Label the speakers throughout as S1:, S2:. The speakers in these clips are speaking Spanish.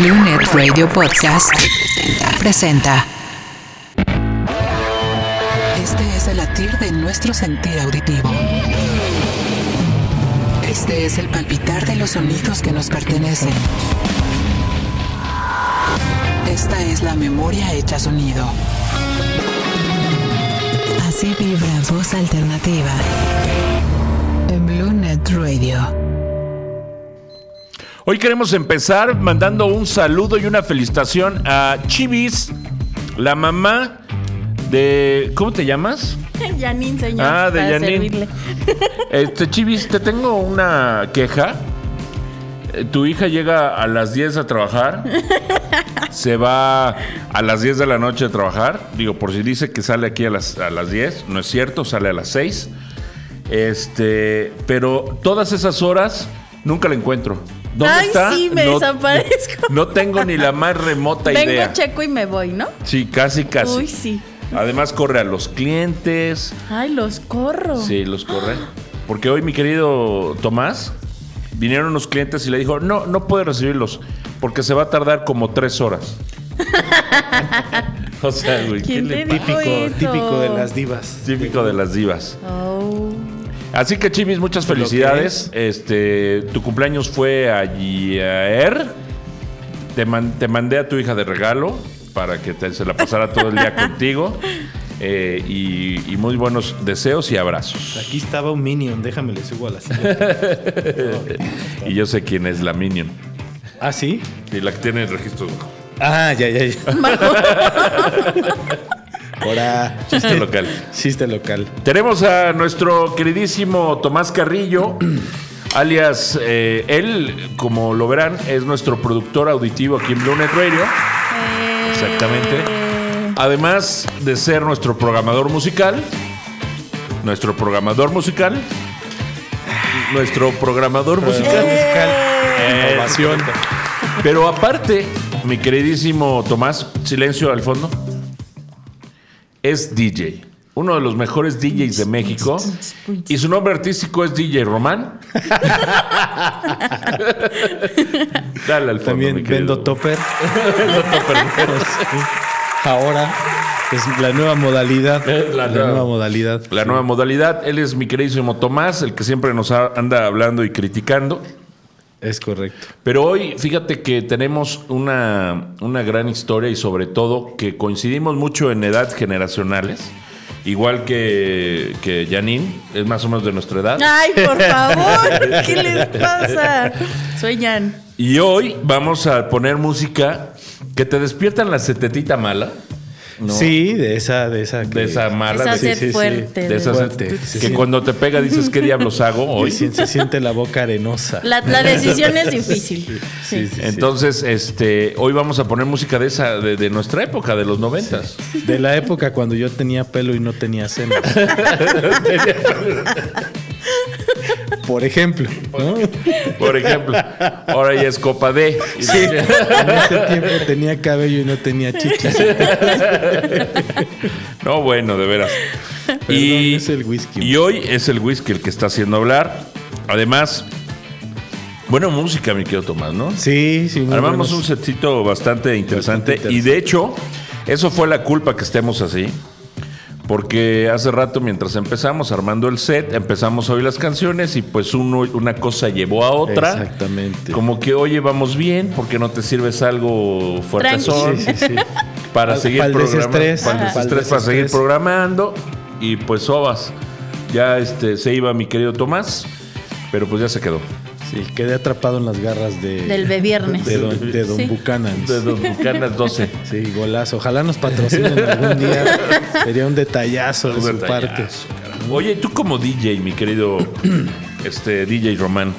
S1: Blue Net Radio Podcast presenta. Este es el latir de nuestro sentir auditivo. Este es el palpitar de los sonidos que nos pertenecen. Esta es la memoria hecha sonido. Así vibra voz alternativa en Blue Net Radio.
S2: Hoy queremos empezar mandando un saludo y una felicitación a Chivis, la mamá de. ¿Cómo te llamas?
S3: Yanin, señor.
S2: Ah, de
S3: para
S2: Yanin.
S3: servirle.
S2: Este, Chivis, te tengo una queja. Eh, Tu hija llega a las 10 a trabajar. Se va a las 10 de la noche a trabajar. Digo, por si dice que sale aquí a las, a las 10, no es cierto, sale a las 6. Este, pero todas esas horas nunca la encuentro. ¿Dónde
S3: Ay,
S2: está?
S3: sí, me desaparezco.
S2: No tengo ni la más remota
S3: Vengo,
S2: idea.
S3: checo y me voy, ¿no?
S2: Sí, casi, casi.
S3: Uy, sí.
S2: Además corre a los clientes.
S3: Ay, los corro.
S2: Sí, los corre. Porque hoy mi querido Tomás, vinieron unos clientes y le dijo, no, no puede recibirlos, porque se va a tardar como tres horas. o sea, güey, ¿qué
S3: ¿Quién
S2: le
S3: te
S2: pasa?
S3: dijo
S4: Típico,
S3: eso?
S4: típico de las divas.
S2: Típico de las divas.
S3: Oh.
S2: Así que Chimis, muchas
S4: Lo que
S2: felicidades. Este, tu cumpleaños fue ayer. Te, man- te mandé a tu hija de regalo para que te- se la pasara todo el día contigo. Eh, y, y muy buenos deseos y abrazos.
S4: Aquí estaba un minion, déjame le subo a la silla.
S2: Y yo sé quién es la Minion.
S4: ¿Ah, sí?
S2: Y la que tiene el registro bajo.
S4: Ah, ya, ya, ya. Ahora,
S2: Chiste local.
S4: chiste local.
S2: Tenemos a nuestro queridísimo Tomás Carrillo, alias eh, él, como lo verán, es nuestro productor auditivo aquí en Blue Net Radio.
S3: Eh,
S2: Exactamente. Además de ser nuestro programador musical, nuestro programador musical, nuestro programador musical. Eh,
S4: Musical. Innovación.
S2: Pero aparte, mi queridísimo Tomás, silencio al fondo, es DJ. Uno de los mejores DJs de México. Y su nombre artístico es DJ Román. Dale al fondo. mi
S4: También
S2: querido.
S4: vendo topper. Sí. Ahora es la nueva modalidad.
S2: Es la
S4: La,
S2: nueva-
S4: nueva modalidad.
S2: La nueva modalidad. Él es mi queridísimo Tomás, el que siempre nos ha- anda hablando y criticando.
S4: Es correcto.
S2: Pero hoy, fíjate que tenemos una, una gran historia y sobre todo que coincidimos mucho en edad generacionales. Igual que, que Janine, es más o menos de nuestra edad.
S3: Ay, por favor, ¿qué les pasa? Soy Jan.
S2: Y hoy vamos a poner música que te despierta en la setetita mala. ¿no?
S4: Sí, de esa, de esa.
S2: De esa mala.
S3: Esa
S2: de-
S3: sed fuerte.
S2: de esa sed-
S4: fuerte. Sí,
S2: que
S4: sí.
S2: cuando te pega dices, ¿qué diablos hago hoy?
S4: Hoy se, se siente la boca arenosa.
S3: La, la decisión es difícil. Sí.
S2: Entonces, este, hoy vamos a poner música de esa, de, de nuestra época, de los noventas.
S4: De la época cuando yo tenía pelo y no tenía senos. Por ejemplo, ¿no?
S2: Por ejemplo, ahora ya es copa D. Y dice,
S4: en ese tiempo tenía cabello y no tenía chichis.
S2: No, bueno, de veras.
S4: Perdón, es el whisky.
S2: Y hoy es el whisky el que está haciendo hablar. Además, buena música, mi querido Tomás, ¿no?
S4: Sí, sí. muy
S2: Armamos
S4: buenos.
S2: un setcito bastante interesante,
S4: Bastante
S2: y de hecho, eso fue la culpa que estemos así. Porque hace rato, mientras empezamos armando el set, empezamos a oír las canciones y pues uno, una cosa llevó a otra.
S4: Exactamente.
S2: Como que, oye, vamos bien, porque no te sirves algo fuerte
S4: Sí, sí, sí.
S2: para
S4: Al-
S2: seguir
S4: pa'l
S2: programando.
S4: desestrés.
S2: pa'l
S4: Ajá.
S2: desestrés,
S4: Pa'l
S2: para seguir
S4: desestrés.
S2: programando. Y pues sobas. Ya este, se iba mi querido Tomás, pero pues ya se quedó.
S4: Sí, quedé atrapado en las garras de,
S3: Del beviernes.
S4: de Don, de don
S3: Sí.
S4: Buchanan.
S2: De Don Bucanas 12.
S4: Sí, golazo. Ojalá nos patrocinen algún día. Sería un detallazo de
S2: Un
S4: su
S2: detallazo,
S4: parte.
S2: carajo. Oye, tú como DJ, mi querido este DJ Román.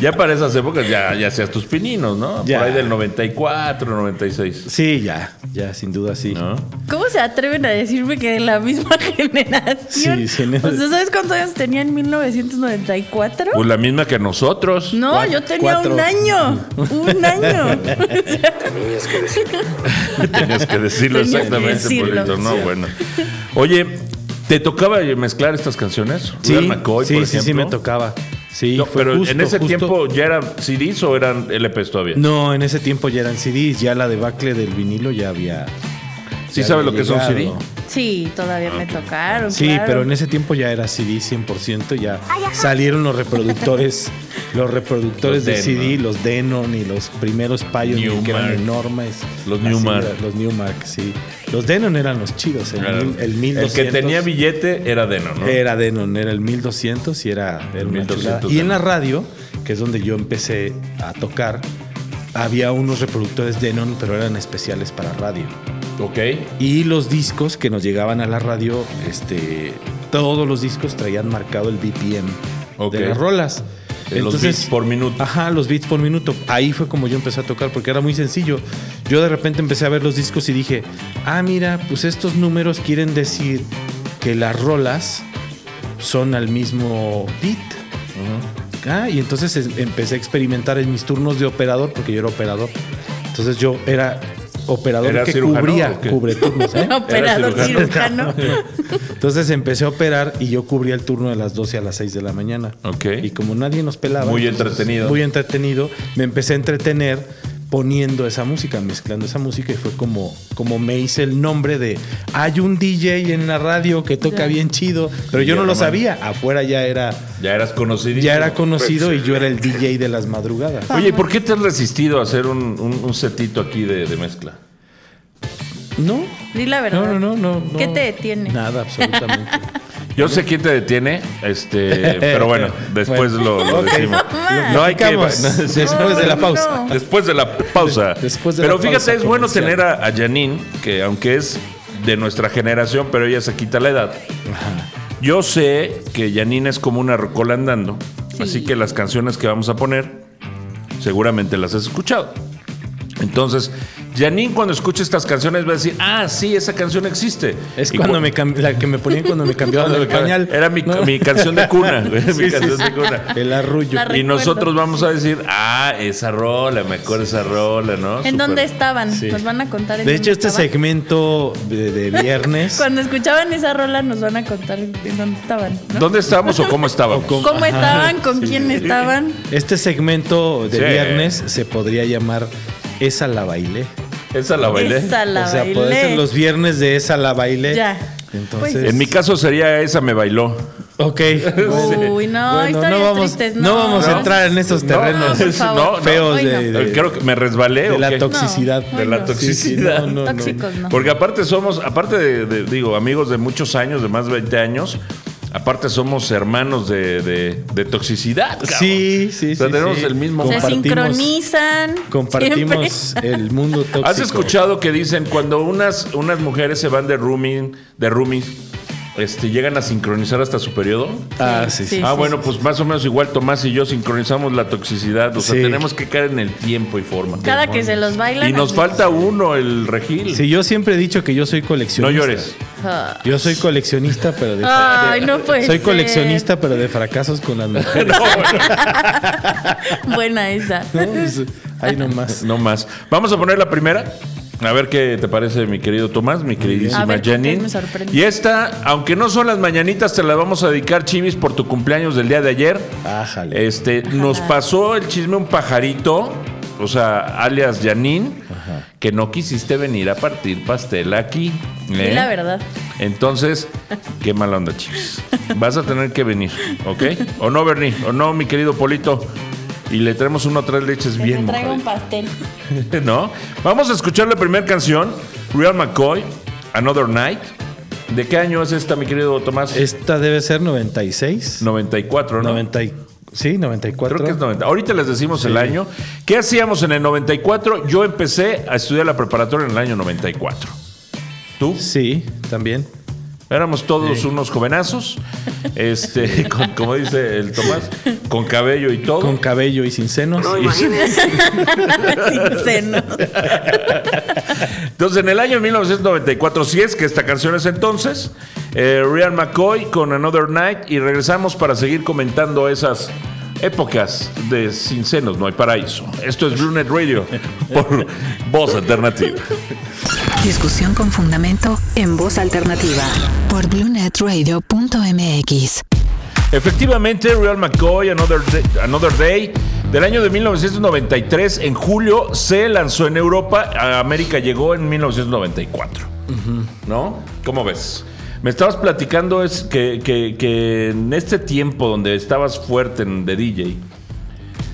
S2: ya para esas épocas ya, ya hacías tus pininos, ¿no?
S4: Ya.
S2: Por ahí del 94, 96.
S4: Sí, ya, ya, sin duda sí.
S2: ¿No?
S3: ¿Cómo se atreven a decirme que de la misma generación?
S4: Sí, sí, no.
S3: O sea, ¿sabes cuántos años tenía en 1994?
S2: Pues la misma que nosotros.
S3: No,
S4: Cuat-
S3: yo tenía
S4: cuatro.
S3: un año. Un año.
S2: Tenías que decirlo
S3: Tenías que
S2: exactamente,
S3: decirlo.
S2: Polito. No,
S3: Sí.
S2: bueno. Oye, ¿te tocaba mezclar estas canciones?
S4: Sí,
S2: Real McCoy,
S4: sí,
S2: por
S4: sí, sí,
S2: ejemplo.
S4: me tocaba. Sí,
S2: No,
S4: fue
S2: pero
S4: justo,
S2: en ese
S4: justo-
S2: tiempo ya eran CDs o eran LPs todavía.
S4: No, en ese tiempo ya eran CDs, ya la debacle del vinilo ya había.
S2: ¿Sí
S4: ya
S2: sabe
S4: había
S2: lo que es un
S4: llegado.
S2: CD?
S3: Sí, todavía me tocaron.
S4: Sí,
S3: claro.
S4: pero en ese tiempo ya era CD 100%, ya salieron los reproductores, los
S2: Los
S4: reproductores de
S2: Denon.
S4: CD, los Denon y los primeros Pioneer que eran
S2: Newmark.
S4: enormes.
S2: Los
S4: Así
S2: Newmark.
S4: era, Los Newmark, sí. Los Denon eran los chidos, el,
S2: Claro.
S4: mil- el
S2: El
S4: 1200.
S2: que tenía billete era Deno, ¿no?
S4: Era Denon, era el 1200 y era, era una
S2: 1200
S4: chulada. Y
S2: Denon.
S4: en la radio, que es donde yo empecé a tocar, había unos reproductores Denon, pero eran especiales para radio.
S2: Ok.
S4: Y los discos que nos llegaban a la radio, este, todos los discos traían marcado el BPM
S2: Ok.
S4: de las rolas.
S2: Eh, los beats por minuto.
S4: Ajá, los beats por minuto. Ahí fue como yo empecé a tocar porque era muy sencillo. Yo de repente empecé a ver los discos y dije, ah, mira, pues estos números quieren decir que las rolas son al mismo beat. Ah, y entonces es- empecé a experimentar en mis turnos de operador, porque yo era operador. Entonces yo era operador
S2: ¿Era
S4: que
S2: cirujano
S4: cubría
S2: o qué?
S4: cubre turnos. ¿eh?
S3: Operador
S2: Era
S3: cirujano.
S4: Entonces empecé a operar y yo cubría el turno de las 12 a las 6 de la mañana.
S2: Ok.
S4: Y como nadie nos pelaba.
S2: Muy entretenido.
S4: Muy entretenido. Me empecé a entretener poniendo esa música, mezclando esa música y fue como, como me hice el nombre de hay un DJ en la radio que toca bien chido, pero
S2: Ya,
S4: yo no lo
S2: no mames.
S4: sabía, afuera ya era
S2: Ya eras conocido.
S4: ya era conocido y yo era el DJ de las madrugadas.
S2: Oye, ¿y ¿por qué te has resistido a hacer un, un- un setito aquí de, de mezcla?
S4: No,
S3: Di la verdad.
S4: no, no, no, no, no.
S3: ¿Qué te detiene?
S4: Nada, absolutamente.
S2: Yo sé quién te detiene, este, pero bueno, después
S4: Bueno,
S2: lo, lo
S4: ok.
S2: decimos.
S4: Lo
S2: No hay que
S4: platicamos después de la
S3: No,
S4: pausa.
S3: no.
S2: Después de la pausa.
S4: Después de
S2: pero
S4: la
S2: fíjate,
S4: pausa
S2: es bueno
S4: comercial.
S2: tener a, a Janine, que aunque es de nuestra generación, pero ella se quita la edad. Yo sé que Janine es como una rocola andando,
S3: Sí.
S2: así que las canciones que vamos a poner seguramente las has escuchado. Entonces, Janine cuando escuche estas canciones va a decir, ah, sí, esa canción existe.
S4: Es
S2: Y
S4: cuando
S2: cu-
S4: me cambi- la que me ponían cuando me cambiaban el pañal.
S2: Era mi,
S4: ¿no?
S2: mi canción de cuna. güey, mi
S4: Sí, sí,
S2: canción
S4: sí.
S2: de cuna.
S4: El arrullo.
S3: La
S2: Y
S3: Recuerdo.
S2: nosotros vamos a decir, ah, esa rola, me acuerdo esa rola, ¿no?
S3: ¿En dónde estaban?
S4: Sí.
S3: Nos van a contar. en
S4: De hecho,
S3: dónde
S4: este
S3: estaban.
S4: segmento de, de viernes.
S3: Cuando escuchaban esa rola, nos van a contar en dónde estaban. ¿no?
S2: ¿Dónde estábamos o cómo estábamos?
S3: ¿Cómo estaban? ¿Con quién estaban?
S4: Este segmento de
S2: Sí.
S4: viernes se podría llamar Esa la bailé.
S2: Esa la bailé.
S3: Esa la
S4: o sea,
S3: bailé.
S4: puede ser los viernes de Esa la bailé.
S3: Ya.
S4: Entonces,
S3: Pues-
S2: En mi caso sería esa me bailó.
S4: ok.
S3: Uy, no, historias
S4: vamos,
S3: tristes,
S4: no
S3: no.
S4: vamos a
S2: No.
S4: entrar en esos
S2: No,
S4: terrenos
S3: por favor.
S2: No, no.
S4: feos
S3: Ay, no.
S4: de, de-
S2: Creo que me resbalé.
S4: de
S2: ¿o
S4: la
S2: qué?
S4: toxicidad.
S3: No, De la
S2: ay, no. toxicidad.
S4: Sí, sí, no, no, no.
S3: Tóxicos, no.
S2: Porque aparte somos, aparte de, de- digo, amigos de muchos años, de más de 20 años, aparte somos hermanos de, de- de toxicidad. cabrón.
S4: Sí, sí,
S2: O sea,
S4: sí,
S2: tenemos
S4: sí.
S2: el mismo...
S3: Se
S4: Compartimos-
S3: sincronizan.
S4: Compartimos
S3: siempre.
S4: el mundo tóxico.
S2: ¿Has escuchado que dicen cuando unas, unas mujeres se van de rooming, de roomies, este, llegan a sincronizar hasta su periodo?
S4: Ah, sí, sí.
S3: Sí.
S2: ah, bueno, pues más o menos igual Tomás y yo sincronizamos la toxicidad. O sea,
S4: Sí.
S2: tenemos que caer en el tiempo y forma.
S3: Cada que se los bailan.
S2: Y nos
S3: así.
S2: falta uno, el regil.
S4: Sí, yo siempre he dicho que yo soy
S2: no
S4: coleccionista.
S2: llores.
S3: Ah.
S4: Yo soy coleccionista, pero de.
S3: Ay,
S4: de-
S3: no puede
S4: Ah, Soy
S3: ser.
S4: coleccionista, pero de fracasos con las mujeres.
S3: Buena esa.
S4: ¿no? Pues, Ay, no más.
S2: No más. Vamos a poner la primera. A ver qué te parece, mi querido Tomás, mi
S3: A
S2: queridísima
S3: ver, ¿con qué
S2: Janine.
S3: me sorprende?
S2: Y esta, aunque no son las mañanitas, te la vamos a dedicar, Chivis, por tu cumpleaños del día de ayer.
S4: Ájale.
S2: Este, nos pasó el chisme un pajarito, o sea, alias Janine,
S4: Ajá.
S2: que no quisiste venir a partir pastel aquí. ¿eh?
S3: Sí, la verdad.
S2: Entonces, qué mala onda, chicos. Vas a tener que venir, ¿ok? O no, Bernie, o no, mi querido Polito. Y le traemos uno o tres leches
S3: Que
S2: bien
S3: me traiga un
S2: mojaditas,
S3: pastel.
S2: ¿No? Vamos a escuchar la primera canción, Real McCoy, Another Night. ¿De qué año es esta, mi querido Tomás?
S4: Esta debe ser 96.
S2: 94, ¿no?
S4: 90 y- sí, 94.
S2: Creo que es 90. Ahorita les decimos el año. ¿Qué hacíamos en el 94? Yo empecé a estudiar la preparatoria en el año 94. ¿Tú?
S4: Sí, también.
S2: Éramos todos unos jovenazos, este, con- como dice el Tomás, con cabello y todo.
S4: Con cabello y sin senos.
S3: Sin senos.
S2: Entonces, en el año 1994, si es que esta canción es entonces, eh, Real McCoy con Another Night y regresamos para seguir comentando esas épocas de Sin Senos No Hay Paraíso. Esto es Brunet Radio por Voz Alternativa.
S1: Discusión con fundamento en voz alternativa por bluenetradio.mx.
S2: Efectivamente, Real McCoy, Another Day, Another Day, del año de 1993, en julio se lanzó en Europa, a América llegó en 1994. ¿No? ¿Cómo ves? Me estabas platicando es que, que- que en este tiempo donde estabas fuerte en- de DJ,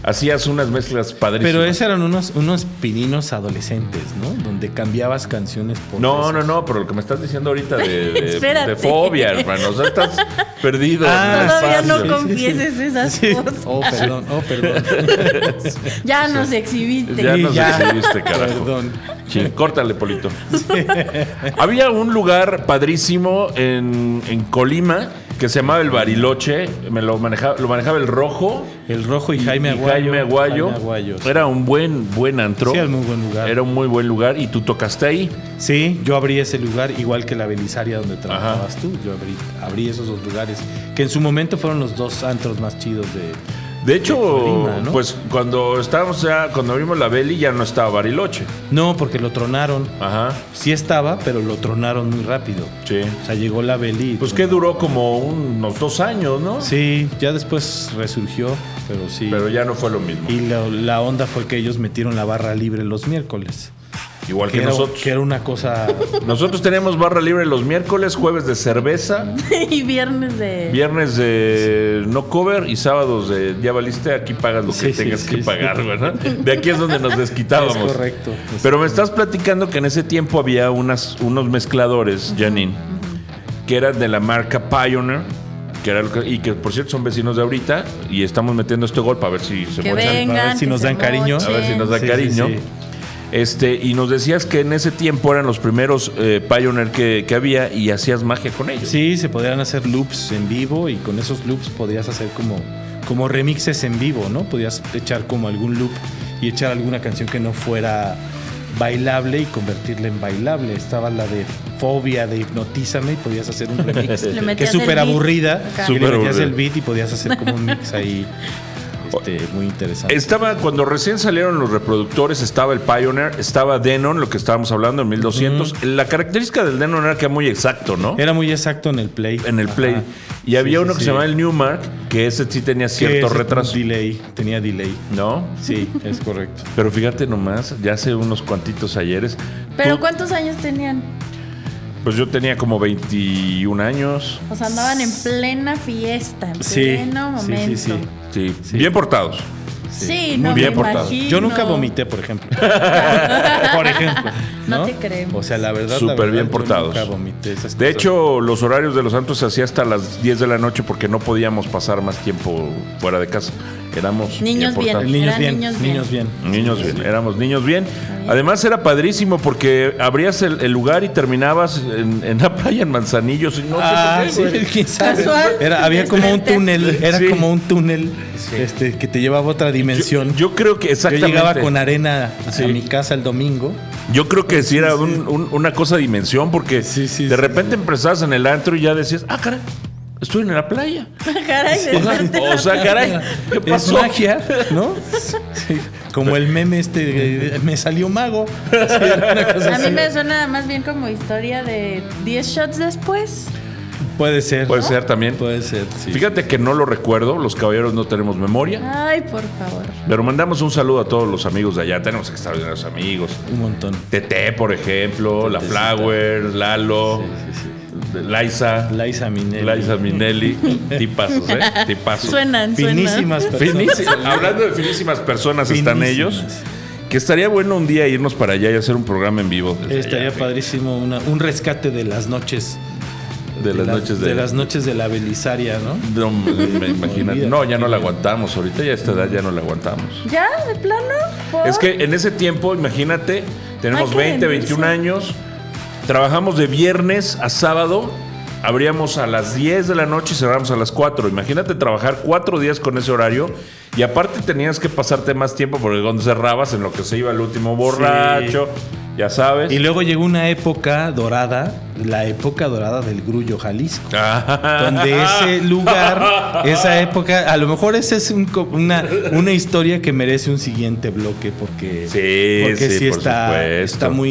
S2: hacías unas mezclas padrísimas.
S4: Pero esos eran unos, unos pininos adolescentes, ¿no? Donde cambiabas canciones por.
S2: No,
S4: veces.
S2: no, no, pero lo que me estás diciendo ahorita de, de- de,
S3: Espérate.
S2: fobia, hermano. O sea, estás perdido.
S4: Ah,
S3: Todavía
S2: sí, sí,
S3: no
S2: sí.
S3: confieses esas
S4: Sí.
S3: cosas.
S4: Oh, perdón, oh, perdón.
S3: Ya nos exhibiste.
S2: Ya
S4: Sí,
S2: nos
S4: ya.
S2: decidiste, carajo.
S4: Perdón.
S2: Sí, córtale, Polito. Había un lugar padrísimo en, en Colima que se llamaba el Bariloche. Me lo manejaba, lo manejaba el Rojo.
S4: El rojo y Jaime
S2: y
S4: Aguayo.
S2: Jaime Aguayo.
S4: Jaime Aguayo.
S2: Era un buen, buen antro.
S4: Sí, era un muy buen lugar.
S2: Era un muy buen lugar y tú tocaste ahí.
S4: Sí, yo abrí ese lugar, igual que la Belisaria donde trabajabas
S2: Ajá.
S4: tú. Yo abrí, abrí esos dos lugares, que en su momento fueron los dos antros más chidos de.
S2: De hecho,
S4: Colima, ¿no?
S2: pues cuando estábamos ya, cuando vimos la Beli ya no estaba Bariloche.
S4: No, porque lo tronaron.
S2: Ajá,
S4: Sí estaba, pero lo tronaron muy rápido.
S2: sí.
S4: O sea, llegó la Beli. y
S2: Pues que
S4: tronó.
S2: duró como unos dos años, ¿no?
S4: Sí, ya después resurgió, pero sí.
S2: Pero ya no fue lo mismo.
S4: y la, la onda fue que ellos metieron la barra libre los miércoles.
S2: Igual que
S4: era,
S2: nosotros.
S4: que era una cosa.
S2: Nosotros tenemos barra libre los miércoles, jueves de cerveza,
S3: Y viernes de.
S2: viernes de no cover y sábados de ya valiste, aquí pagas lo que
S4: Sí, sí,
S2: tengas
S4: sí,
S2: que
S4: sí.
S2: pagar, ¿verdad? De aquí es donde nos desquitábamos.
S4: Es correcto. Pues,
S2: Pero me estás platicando que en ese tiempo había unas, unos mezcladores, Janine, que eran de la marca Pioneer. Que era lo que- y que por cierto son vecinos de ahorita y estamos metiendo este golpe a ver si se
S3: Que
S2: mochan.
S3: vengan.
S4: ver si
S3: que
S4: nos
S3: se
S4: dan cariño.
S2: A ver si nos da
S4: Sí, sí,
S2: cariño.
S4: sí.
S2: Este, y nos decías que en ese tiempo eran los primeros eh, Pioneer que, que había y hacías magia con ellos.
S4: Sí, se podían hacer loops en vivo y con esos loops podías hacer como, como remixes en vivo, ¿no? Podías echar como algún loop y echar alguna canción que no fuera bailable y convertirla en bailable. Estaba la de fobia, de hipnotízame y podías hacer un remix
S3: Le
S4: que es
S3: metías el
S4: súper
S3: beat
S4: aburrida.
S3: acá.
S4: Y le
S2: Súper
S4: metías
S2: aburrida.
S4: el beat y podías hacer como un mix ahí este, muy interesante.
S2: Estaba, cuando recién salieron los reproductores, estaba el Pioneer, estaba Denon, lo que estábamos hablando, en 1200. La característica del Denon era que era muy exacto, ¿no?
S4: Era muy exacto en el play.
S2: en el
S4: Ajá.
S2: play. Y
S4: Sí,
S2: había
S4: sí,
S2: uno que
S4: sí.
S2: se llamaba el Newmark, que ese sí tenía
S4: Que
S2: cierto
S4: ese
S2: retraso.
S4: Delay, tenía delay.
S2: ¿No?
S4: Sí, es correcto.
S2: Pero fíjate nomás, ya hace unos cuantitos ayeres.
S3: Pero
S2: tú-
S3: ¿cuántos años tenían?
S2: pues yo tenía como 21 años.
S3: O sea, andaban en plena fiesta, en
S4: Sí,
S3: pleno
S4: sí,
S3: momento.
S4: sí, sí.
S2: Sí,
S4: Sí.
S2: bien portados.
S3: Sí,
S4: Muy
S3: no
S2: bien
S3: me
S2: portado.
S3: imagino.
S4: Yo nunca vomité, por ejemplo. por ejemplo.
S3: No te creemos.
S4: O sea, la verdad. la
S2: Súper
S4: verdad,
S2: bien
S4: yo
S2: portados.
S4: Nunca vomité esas
S2: De
S4: cosas.
S2: hecho, los horarios de los Santos se hacía hasta las 10 de la noche porque no podíamos pasar más tiempo fuera de casa. Éramos
S3: Niños bien.
S2: portados.
S4: niños
S3: eran
S4: bien,
S3: niños
S4: niños
S3: bien.
S4: bien.
S2: Niños bien, éramos niños bien. Además era padrísimo porque abrías el, el lugar y terminabas en, en la playa en Manzanillos. y No sé
S4: Ah,
S2: por qué,
S4: sí,
S2: güey.
S4: quién sabe.
S3: Casual.
S4: Era, había como un túnel, era
S2: Sí.
S4: como un túnel este, que te llevaba a otra dimensión.
S2: Yo, yo creo que
S4: Yo
S2: exactamente.
S4: llegaba con arena
S2: Sí.
S4: a mi casa el domingo.
S2: Yo creo que sí era un- un- una cosa de dimensión porque
S4: Sí, sí,
S2: de
S4: sí,
S2: repente empezabas en el antro y ya decías, ah, caray, estoy en la playa.
S3: Caray, de
S2: O sea,
S3: verte
S2: o sea, Ah, caray, ¿qué pasó?
S4: Es magia, ¿no? Sí, Como el meme este, eh, me salió mago. Sí, era una cosa
S3: A mí
S4: así.
S3: me suena más bien como historia de 10 shots después.
S4: Puede ser.
S2: Puede ser también.
S4: Puede ser, sí.
S2: Fíjate que no lo recuerdo, los caballeros no tenemos memoria,
S3: Ay, por favor.
S2: pero mandamos un saludo a todos los amigos de allá. Tenemos extraordinarios amigos.
S4: Un montón.
S2: Tete, por ejemplo, La
S4: Tetecita.
S2: Flower, Lalo, Laisa,
S4: Laisa Minelli.
S2: Laisa Minelli. Tipazos, ¿eh? Tipazos.
S3: Suenan, suenan.
S4: Finísimas personas.
S2: Finísi- Hablando de finísimas personas, Pues están ellos.
S4: Finísimas.
S2: Que estaría bueno un día irnos para allá y hacer un programa en vivo. desde
S4: Estaría
S2: allá,
S4: padrísimo una- un rescate de las noches.
S2: De las
S4: la-
S2: noches de.
S4: de las noches de la Belisaria, ¿no?
S2: No, me, me imagino.
S4: Olvídate.
S2: No, ya no la aguantamos. Ahorita ya a esta edad ya no la aguantamos.
S3: ¿Ya? ¿De plano? ¿Por?
S2: Es que en ese tiempo, imagínate, tenemos
S3: Hay que
S2: 20, 21
S3: rendirse.
S2: años, trabajamos de viernes a sábado, abríamos a las 10 de la noche y cerramos a las 4. Imagínate trabajar cuatro días con ese horario Y aparte tenías que pasarte más tiempo porque cuando cerrabas en lo que se iba el último borracho, ya sabes.
S4: Y luego llegó una época dorada, la época dorada del Grullo Jalisco. Donde ese lugar, esa época, a lo mejor esa es un co- una, una historia que merece un siguiente bloque porque
S2: Sí,
S4: porque
S2: sí,
S4: sí,
S2: por
S4: está,
S2: supuesto.
S4: está muy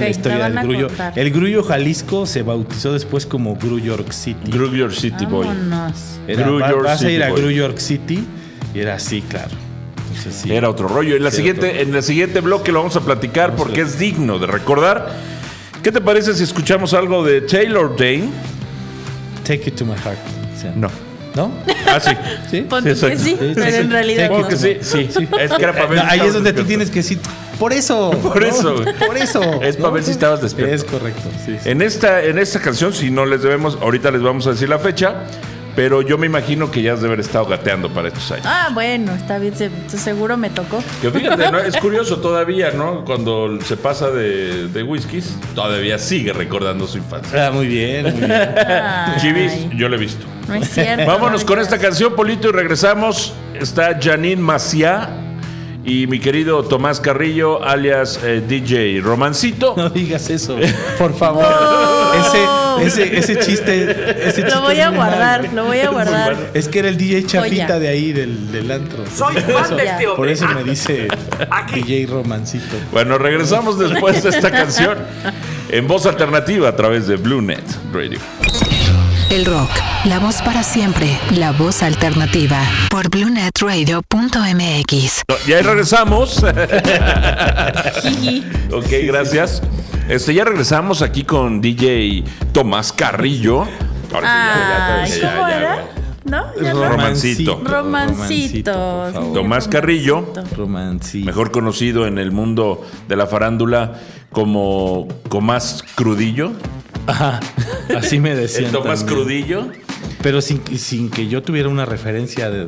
S3: Ok,
S4: la
S3: me
S4: historia
S3: van
S4: del
S3: a
S4: Grullo.
S3: contar.
S4: El Grullo Jalisco se bautizó después como Grullo York City.
S2: Groove Your City
S3: Ah,
S2: Boy.
S3: Vámonos.
S4: Era,
S2: Grullo
S4: va-
S2: York
S4: vas a
S2: City pues.
S4: ir a
S2: Boy.
S4: Grullo York City y era así, claro. Entonces, sí.
S2: Era otro rollo. En la
S4: Sí,
S2: siguiente,
S4: otro.
S2: en el siguiente bloque lo vamos a platicar porque es digno de recordar. ¿Qué te parece si escuchamos algo de Taylor Dane?
S4: Take it to my heart. O sea,
S2: No.
S4: ¿No?
S2: Ah, sí.
S4: ¿Sí?
S3: Pon tú
S2: Sí,
S3: que
S2: exacto.
S3: sí,
S4: Sí, sí,
S3: Pues, pero
S4: sí.
S3: en realidad
S4: Supongo
S3: no.
S2: que sí, sí. Es que era para ver
S4: No,
S2: si
S4: ahí
S2: estabas
S4: es donde tú
S2: despierto.
S4: tienes que decir, por eso.
S2: Por eso, güey.
S4: Por eso.
S2: Es para ver si estabas despierto.
S4: Es correcto. sí, sí.
S2: En esta, en esta canción, si no les debemos, ahorita les vamos a decir la fecha, pero yo me imagino que ya has de haber estado gateando para estos años.
S3: Ah, bueno, está bien, se- seguro me tocó.
S2: Que fíjate, ¿no? es curioso todavía, ¿no? Cuando se pasa de, de whiskies, todavía sigue recordando su infancia.
S4: Ah, muy bien, muy bien.
S3: Ay,
S2: Chivis, yo lo he visto.
S3: No es cierto.
S2: Vámonos
S3: no
S2: con
S3: digas.
S2: esta canción, Polito, y regresamos. Está Janine Maciá y mi querido Tomás Carrillo, alias eh, DJ Romancito.
S4: No digas eso, por favor. Ese, ese, ese chiste. Ese chiste
S3: Lo voy
S4: es
S3: a
S4: muy malo.
S3: guardar, lo voy a guardar.
S4: Es que era el DJ Chapita
S3: Joya.
S4: de ahí, del, del antro.
S5: Soy fan de este hombre.
S4: Por eso me dice
S5: Aquí.
S4: DJ Romancito.
S2: Bueno, regresamos después de esta canción en voz alternativa a través de Blue Net Radio.
S1: El rock, la voz para siempre, la voz alternativa. Por BlueNetRadio.mx.
S2: No, ya regresamos.
S3: Jiji.
S2: ok, gracias. Este, ya regresamos aquí con DJ Tomás Carrillo. Ahora
S3: Ay,
S2: sí, ya, ya,
S3: ¿cómo
S2: ya, ya,
S3: era?
S2: güey.
S3: ¿No? ¿Ya no?
S2: Roman-
S3: Romancito.
S4: por favor.
S2: Tomás Carrillo.
S4: Romancito.
S2: mejor conocido en el mundo de la farándula como Tomás Crudillo.
S4: Ajá, así me decían.
S2: El Tomás
S4: también.
S2: Crudillo.
S4: Pero sin, sin que yo tuviera una referencia de-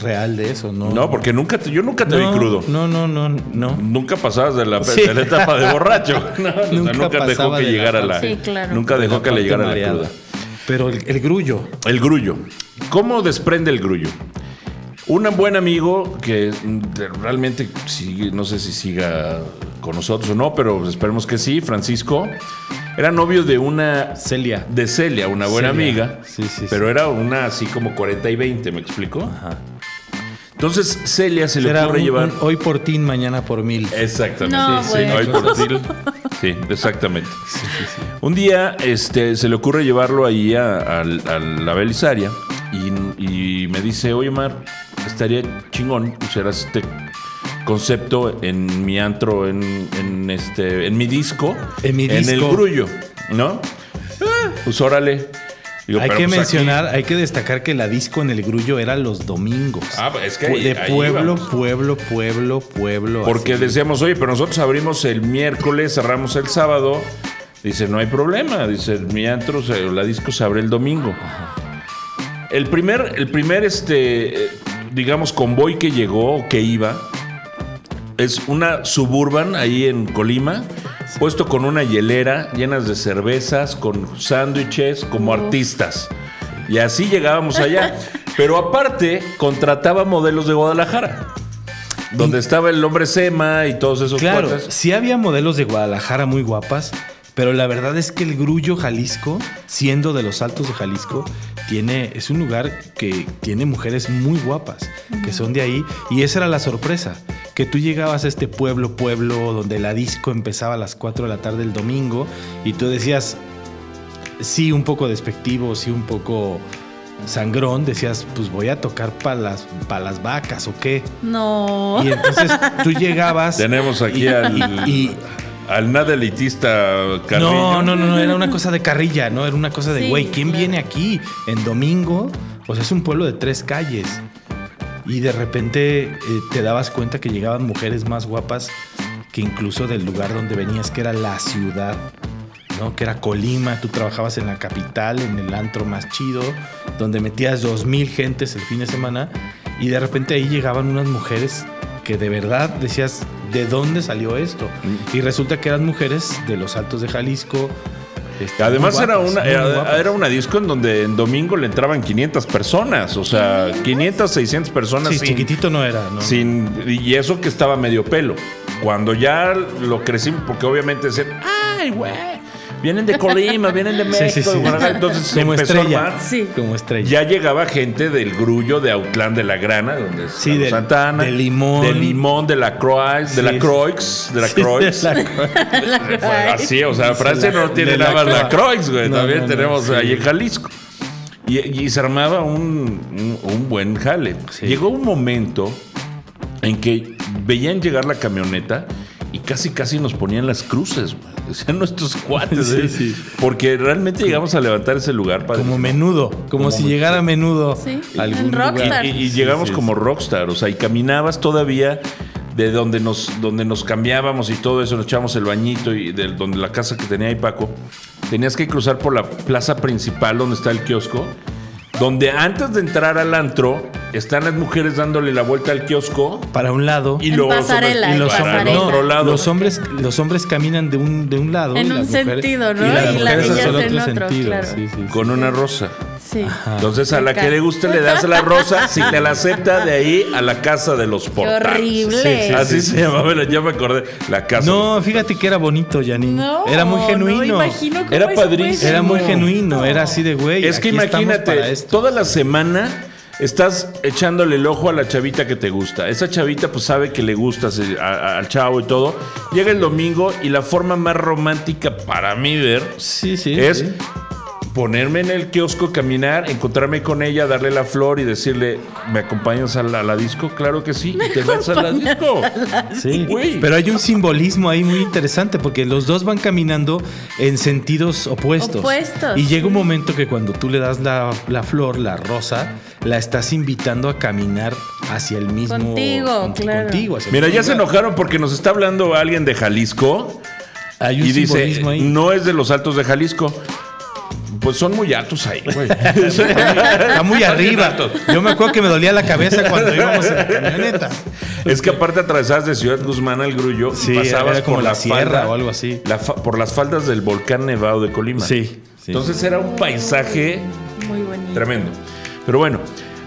S4: real de eso, ¿no?
S2: No, porque nunca te- yo nunca te
S4: No,
S2: vi crudo.
S4: No, no, no, no.
S2: Nunca pasabas de la,
S4: Sí.
S2: de la etapa de borracho. No, o sea, nunca,
S4: Nunca
S2: dejó
S4: pasaba
S2: que
S4: de la
S2: llegara la.
S3: parte- Sí, claro.
S2: Nunca dejó que le llegara la
S4: Mareada.
S2: cruda.
S4: Pero el, el grullo.
S2: El grullo. ¿Cómo desprende el grullo? Un buen amigo que mm, de- realmente sigue- no sé si siga con nosotros o no, pero esperemos que sí, Francisco, era novio de una
S4: Celia.
S2: de Celia, una buena
S4: Celia.
S2: amiga.
S4: Sí, sí, sí.
S2: Pero era una así como 40 y 20, ¿me explico? Entonces Celia se le
S4: Era
S2: ocurre
S4: un-
S2: llevar.
S4: un hoy por ti, mañana por mil.
S2: Eh, Exactamente.
S3: No, Sí, sí, bueno.
S2: Ay, por ti. Sí, exactamente. Un día este, se le ocurre llevarlo ahí a, a- a la Belisaria y, y me dice, oye Mar, estaría chingón usar este concepto en mi antro, en, en este, en mi disco,
S4: En mi
S2: el
S4: disco.
S2: grullo, ¿no? Ah, Pues órale. Digo,
S4: hay
S2: "Pero,
S4: que
S2: pues, aquí-
S4: mencionar, hay que destacar que la disco en el grullo era los domingos.
S2: Ah, es que
S4: Pu-
S2: ahí-
S4: de
S2: ahí
S4: pueblo,
S2: íbamos.
S4: pueblo, pueblo, pueblo.
S2: Porque
S4: así.
S2: decíamos, oye, pero nosotros abrimos el miércoles, cerramos el sábado. Dice, no hay problema. Dice, mi antro, se- la disco se abre el domingo. El primer, el primer, este, eh, digamos, convoy que llegó o que iba es una suburban ahí en Colima, puesto con una hielera llenas de cervezas, con sándwiches, como artistas. Y así llegábamos allá. Pero aparte, contrataba modelos de Guadalajara. Donde estaba el hombre Sema y todos esos
S4: Claro,
S2: cuates.
S4: sí había modelos de Guadalajara muy guapas, pero la verdad es que el Grullo Jalisco, siendo de los altos de Jalisco, tiene, es un lugar que tiene mujeres muy guapas, que son de ahí, y esa era la sorpresa, que tú llegabas a este pueblo, pueblo, donde la disco empezaba a las 4 de la tarde el domingo, y tú decías, sí, un poco despectivo, sí, un poco sangrón, decías, pues voy a tocar para las, pa' las vacas o qué.
S3: No.
S4: Y entonces tú llegabas...
S2: Tenemos aquí
S4: y-
S2: al,
S4: y-
S2: al nada elitista Carrillo.
S4: no, no, no, no, era una cosa de carrilla, ¿no? Era una cosa de,
S3: Sí,
S4: güey, ¿quién
S3: claro.
S4: viene aquí en domingo? O sea, es un pueblo de tres calles. Y de repente eh, te dabas cuenta que llegaban mujeres más guapas que incluso del lugar donde venías, que era la ciudad, ¿no? Que era Colima, tú trabajabas en la capital, en el antro más chido, donde metías dos mil gentes el fin de semana. Y de repente ahí llegaban unas mujeres que de verdad decías,
S2: Mm.
S4: ¿de dónde salió esto? Y resulta que eran mujeres de los altos de Jalisco, Está
S2: Además
S4: muy
S2: era
S4: guapas,
S2: una,
S4: muy
S2: era,
S4: guapas.
S2: era una disco en donde en domingo le entraban 500 personas, o sea, 500, 600 personas
S4: Ah, Sí,
S2: sin-
S4: chiquitito no era, ¿no?
S2: sin- y eso que estaba medio pelo. Cuando ya lo crecimos, porque obviamente decían, ay, güey, vienen de Colima, vienen de México,
S4: Sí, sí, sí.
S2: de Guadalajara". entonces se
S4: como
S2: empezó a
S4: estrella.
S2: armar.
S3: Sí.
S4: Como estrella.
S2: Ya llegaba gente del Grullo, de Autlán de la Grana, donde es
S4: Sí,
S2: Carlos
S4: del-
S2: Santana,
S4: de Limón.
S2: de Limón, de la Croix, de
S4: Sí.
S2: la Croix, de la
S4: Sí,
S2: Croix.
S4: de la-
S2: Fue Así, o sea,
S4: Sí,
S2: Francia
S4: la-
S2: no tiene
S4: de
S2: nada
S4: la
S2: más la
S4: Croix.
S2: Croix, güey.
S4: No,
S2: También
S4: no, no,
S2: tenemos
S4: sí.
S2: ahí en Jalisco. Y, y se armaba un, un- un buen jale.
S4: Sí.
S2: Llegó un momento en que veían llegar la camioneta y casi casi nos ponían las cruces, güey. Decían nuestros cuates,
S4: Sí,
S2: ¿eh?
S4: sí.
S2: Porque realmente llegamos a levantar ese lugar para.
S4: como menudo. Como, si
S2: menudo.
S4: llegara a menudo.
S3: Sí,
S4: a algún
S3: en
S4: lugar.
S3: Rockstar.
S2: Y, y- y llegamos
S4: Sí, sí,
S2: como rockstar, o sea, y caminabas todavía de donde nos, donde nos cambiábamos y todo eso, nos echábamos el bañito y de donde la casa que tenía ahí Paco, tenías que cruzar por la plaza principal donde está el kiosco, donde antes de entrar al antro están las mujeres dándole la vuelta al kiosco
S4: Para un lado.
S2: y
S3: En
S2: luego
S3: pasarela,
S2: sobre-
S3: en
S2: y los
S4: hombres-
S2: hombres
S3: pasarela.
S2: al otro
S4: no,
S2: lado.
S4: Los hombres, los hombres caminan de un, de un lado.
S3: En
S4: y
S3: un
S4: las mujeres-
S3: sentido, ¿no?
S4: Y las
S2: Y las
S4: mujeres
S2: niñas
S4: al
S3: en
S4: otro
S3: otro,
S4: sentido.
S3: claro.
S4: Sí, sí, sí.
S2: con una rosa.
S3: Sí.
S4: Ah.
S2: Entonces a la
S3: Me
S2: que le
S3: encanta.
S2: guste le das la rosa, si te la acepta de ahí a la casa de los
S3: Qué
S2: portales.
S3: horrible.
S4: Sí, sí,
S2: Así se llamaba, ya me acordé, la casa. de los
S4: No, fíjate que era bonito, Janine.
S3: No,
S4: era muy
S3: no
S4: genuino.
S3: imagino cómo
S2: Era
S3: eso puede
S2: padrísimo.
S3: ser.
S4: Era muy genuino, era así de güey.
S2: Es que
S4: aquí estamos para
S2: imagínate,
S4: esto.
S2: toda la semana estás echándole el ojo a la chavita que te gusta. Esa chavita pues sabe que le gustas eh, a- a- al chavo y todo. Llega el domingo y la forma más romántica para mí ver
S4: Sí, sí.
S2: es
S4: sí.
S2: ponerme en el kiosco, caminar, encontrarme con ella, darle la flor y decirle, ¿me acompañas a la, a la disco? Claro que sí. Y te vas a la disco.
S4: Sí.
S2: Güey.
S4: Pero hay un simbolismo ahí muy interesante porque los dos van caminando en sentidos opuestos.
S3: Opuestos.
S4: Y llega un momento que cuando tú le das la, la flor, la rosa, la estás invitando a caminar hacia el mismo.
S3: Contigo,
S4: con-
S3: claro.
S4: contigo, hacia el
S2: Mira,
S4: mismo
S2: ya se
S4: lugar.
S2: enojaron porque nos está hablando alguien de Jalisco.
S4: Hay un
S2: y dice,
S4: simbolismo ahí.
S2: no es de los altos de Jalisco. Pues son muy altos ahí, güey.
S4: Está muy arriba.
S2: Altos.
S4: Yo me acuerdo que me dolía la cabeza cuando íbamos en la camioneta.
S2: Es que aparte atravesabas de Ciudad Guzmán al Grullo, y
S4: Sí,
S2: pasabas
S4: era como
S2: por
S4: la
S2: la
S4: sierra
S2: falda-
S4: o algo así.
S2: la fa- por las faldas del volcán nevado de Colima.
S4: Sí, sí.
S2: Entonces era un paisaje
S3: Muy bonito.
S2: tremendo. Pero bueno,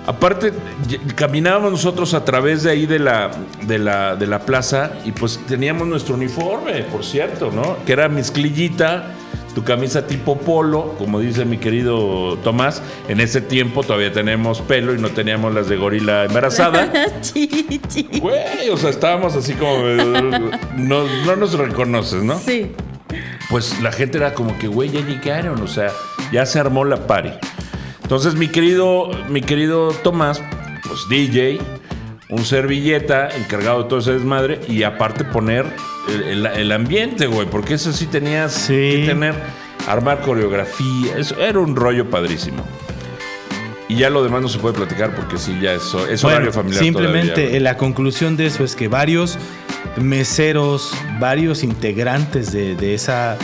S2: aparte y- caminábamos nosotros a través de ahí de la, de la, de la plaza y pues teníamos nuestro uniforme, por cierto, ¿no? Que era mezclillita, tu camisa tipo polo, como dice mi querido Tomás. En ese tiempo todavía tenemos pelo y no teníamos las de gorila embarazada.
S3: Chi, chi.
S2: Güey, o sea, estábamos así como. eh, No, no nos reconoces, ¿no?
S3: Sí.
S2: pues la gente era como que, güey, ya llegaron, o sea, ya se armó la party. Entonces, mi querido, mi querido Tomás, pues DJ, un servilleta encargado de todo ese desmadre y aparte poner el, el- el ambiente, güey, porque eso sí tenías
S4: Sí.
S2: que tener, armar coreografía, eso era un rollo padrísimo. Y ya lo demás no se puede platicar porque sí, ya es, es horario
S4: Bueno,
S2: familiar.
S4: Simplemente
S2: todavía, güey.
S4: eh, la conclusión de eso es que varios meseros, varios integrantes de, de esa,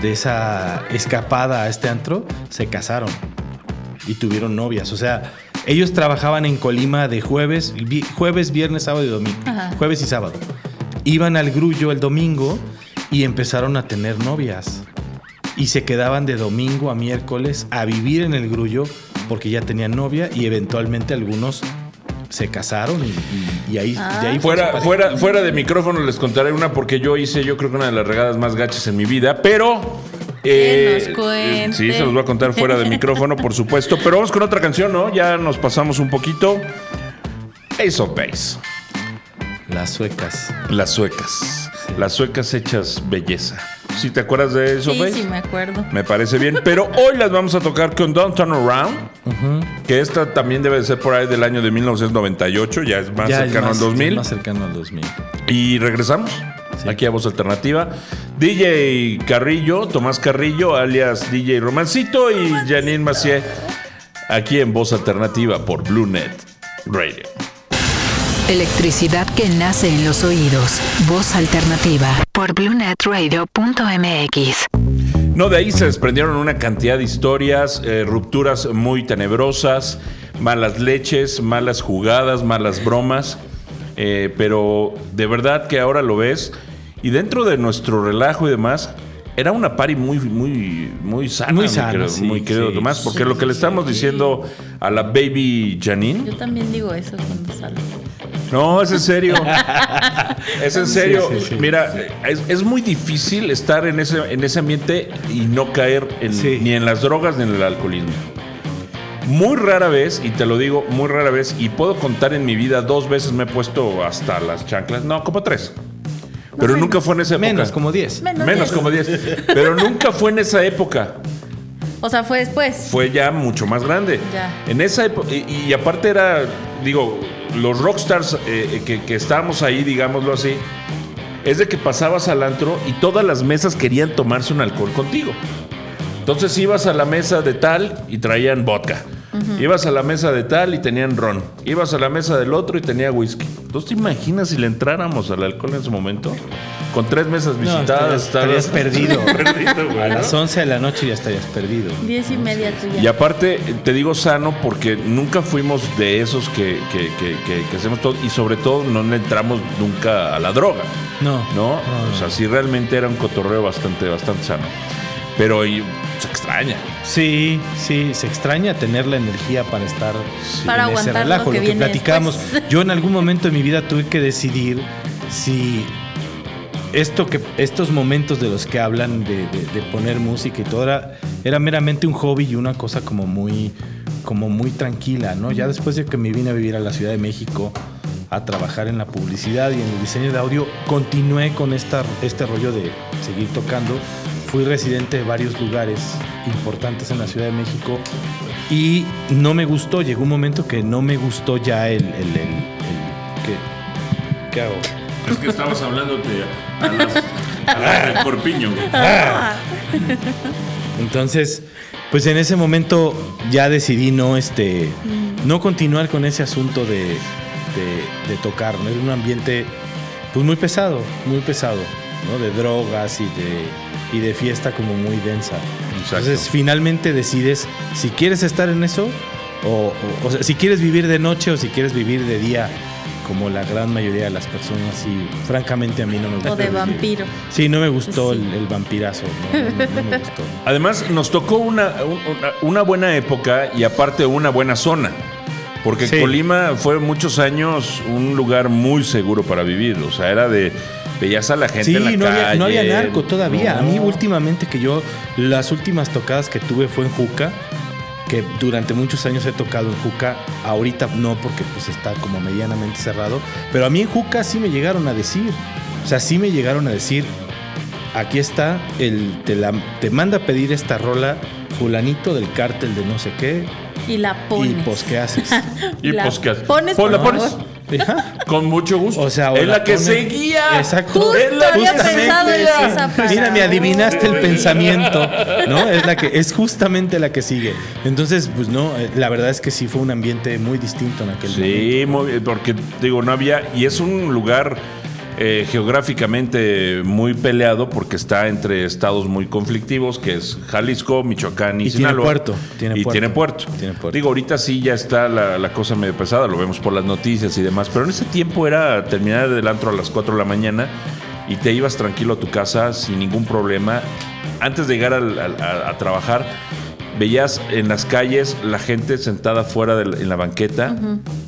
S4: de esa escapada a este antro se casaron y tuvieron novias. O sea, ellos trabajaban en Colima de jueves, vi- jueves, viernes, sábado y domingo.
S3: Ajá.
S4: Jueves y sábado. Iban al grullo el domingo y empezaron a tener novias. Y se quedaban de domingo a miércoles a vivir en el grullo porque ya tenían novia y eventualmente algunos se casaron y, y- y ahí, de ahí fue
S2: Fuera,
S4: su
S2: fuera, fuera de micrófono les contaré una porque yo hice, yo creo que una de las regadas más gachas en mi vida, pero. eh,
S3: Que nos cuente.
S2: sí, se los voy a contar fuera de micrófono, por supuesto. Pero vamos con otra canción, ¿no? Ya nos pasamos un poquito. Ace of Base.
S4: pareja. Las suecas.
S2: Las suecas. Las suecas hechas belleza. ¿Sí te acuerdas de Ace of
S3: Sí,
S2: Base?
S3: sí, me acuerdo.
S2: Me parece bien, pero hoy las vamos a tocar con Don't Turn Around, que esta también debe de ser por ahí del año de 1998, ya es más
S4: Ya es
S2: cercano
S4: más-
S2: al 2000.
S4: es Más cercano al 2000.
S2: Y regresamos aquí a Voz Alternativa. DJ Carrillo, Tomás Carrillo, alias DJ Romancito y Janine Macié, aquí en Voz Alternativa por BlueNet Radio.
S1: Electricidad que nace en los oídos. Voz alternativa. Por BlueNetRadio.mx.
S2: No, de ahí se desprendieron una cantidad de historias, eh, rupturas muy tenebrosas, malas leches, malas jugadas, malas bromas. eh, pero de verdad que ahora lo ves. Y dentro de nuestro relajo y demás, Era una party muy, muy, muy sana,
S4: Muy
S2: mi
S4: sana,
S2: querido-
S4: sí,
S2: muy querido
S4: sí,
S2: Tomás, porque
S4: sí,
S2: lo que le estamos diciendo a la baby Janine,
S3: Yo también digo eso cuando salgo.
S2: no, es en serio. es en serio.
S4: sí, sí.
S2: Mira, es, es muy difícil estar en ese, en ese ambiente y no caer en-
S4: Sí.
S2: ni en las drogas ni en el alcoholismo. Muy rara vez, y te lo digo, muy rara vez, y puedo contar en mi vida, dos veces me he puesto hasta las chanclas. No, como tres. Pero
S3: menos.
S2: nunca fue en esa época.
S4: Menos, como 10.
S3: Menos,
S2: Menos,
S3: diez.
S2: como diez. Pero nunca fue en esa época
S3: O sea, fue después.
S2: fue ya mucho más grande.
S3: Ya.
S2: En esa época, y, y aparte era, digo, los rockstars eh, que, que estábamos ahí, digámoslo así, es de que pasabas al antro y todas las mesas querían tomarse un alcohol contigo. Entonces ibas a la mesa de tal y traían vodka. Ibas a la mesa de tal y tenían ron. Ibas a la mesa del otro y tenía whisky. Entonces, ¿te imaginas si le entráramos al alcohol en ese momento? Con tres mesas visitadas.
S4: estarías-
S2: estabas-
S4: estarías perdido.
S2: perdido, güey,
S4: A
S2: ¿no?
S4: las 11 de la noche ya estarías perdido.
S3: Diez y media tuya.
S2: Y aparte, te digo sano porque nunca fuimos de esos que, que- que- que- que hacemos todo y sobre todo no le entramos nunca a la droga.
S4: No.
S2: ¿No?
S4: No,
S2: O
S4: no.
S2: sea, sí realmente era un cotorreo bastante, bastante sano. Pero y- se extraña.
S4: Sí, sí, se extraña tener la energía para estar
S3: Para
S4: en ese
S3: aguantar lo
S4: relajo, lo
S3: que
S4: que,
S3: viene
S4: platicamos.
S3: después.
S4: Yo en algún momento de mi vida tuve que decidir si esto que estos momentos de los que hablan de, de- de poner música y todo era, era meramente un hobby y una cosa como muy como muy tranquila, ¿no? Ya después de que me vine a vivir a la Ciudad de México a trabajar en la publicidad y en el diseño de audio, continué con esta, este rollo de seguir tocando. Fui residente de varios lugares importantes en la Ciudad de México y no me gustó. Llegó un momento que no me gustó ya el... el, el- el- ¿qué- ¿Qué hago?
S2: Es que estabas hablándote a las, corpiño.
S3: Ah.
S4: Entonces, pues en ese momento ya decidí no, este,
S3: Mm.
S4: no continuar con ese asunto de, de- de tocar. ¿no? Era un ambiente pues muy pesado, muy pesado, ¿no? De drogas y de, y de fiesta como muy densa.
S2: Exacto.
S4: Entonces, finalmente decides si quieres estar en eso o, o- o sea, si quieres vivir de noche o si quieres vivir de día, como la gran mayoría de las personas. Y francamente a mí no me gustó.
S3: O de
S4: vivir.
S3: vampiro. Pues
S4: Sí, no me gustó
S3: Sí.
S4: el, el vampirazo. no, no, no me gustó.
S2: Además, nos tocó una, un- una, una buena época y aparte una buena zona. Porque
S4: Sí.
S2: Colima fue muchos años un lugar muy seguro para vivir. O sea, era de. Veías a la gente
S4: Sí,
S2: en la
S4: no,
S2: calle.
S4: había, no había narco todavía.
S2: No.
S4: A mí últimamente que yo, las últimas tocadas que tuve fue en Juca, que durante muchos años he tocado en Juca, ahorita no porque pues está como medianamente cerrado, pero a mí en Juca sí me llegaron a decir, o sea, sí me llegaron a decir, aquí está, el, te, la, te manda a pedir esta rola fulanito del cártel de no sé qué,
S3: Y la pones.
S4: y pues ¿qué haces?
S2: Y
S3: La
S2: pues, ¿qué haces?
S3: pones,
S2: Pon- la
S3: por
S2: pones.
S3: favor.
S4: Ajá.
S2: Con mucho gusto.
S4: O sea, o
S2: es la, que
S4: ponen-
S2: seguía.
S4: Exacto.
S3: Justo
S4: Es la-
S3: había
S4: justamente,
S3: pensado en
S4: sí.
S3: esa palabra.
S4: Mira, me adivinaste el pensamiento, ¿no? Es la que es justamente la que sigue. Entonces, pues no, eh, la verdad es que sí fue un ambiente muy distinto en aquel momento.
S2: Sí, muy bien, porque digo, no había. Y es un lugar eh, geográficamente muy peleado porque está entre estados muy conflictivos, que es Jalisco, Michoacán y,
S4: Y tiene
S2: Sinaloa.
S4: puerto, tiene
S2: y
S4: puerto.
S2: tiene puerto.
S4: Tiene puerto.
S2: Digo, ahorita sí ya está la, la cosa medio pesada, lo vemos por las noticias y demás. Pero en ese tiempo era terminar el antro a las 4 de la mañana y te ibas tranquilo a tu casa sin ningún problema. Antes de llegar al- al- a, a trabajar, veías en las calles la gente sentada fuera de la- en la banqueta,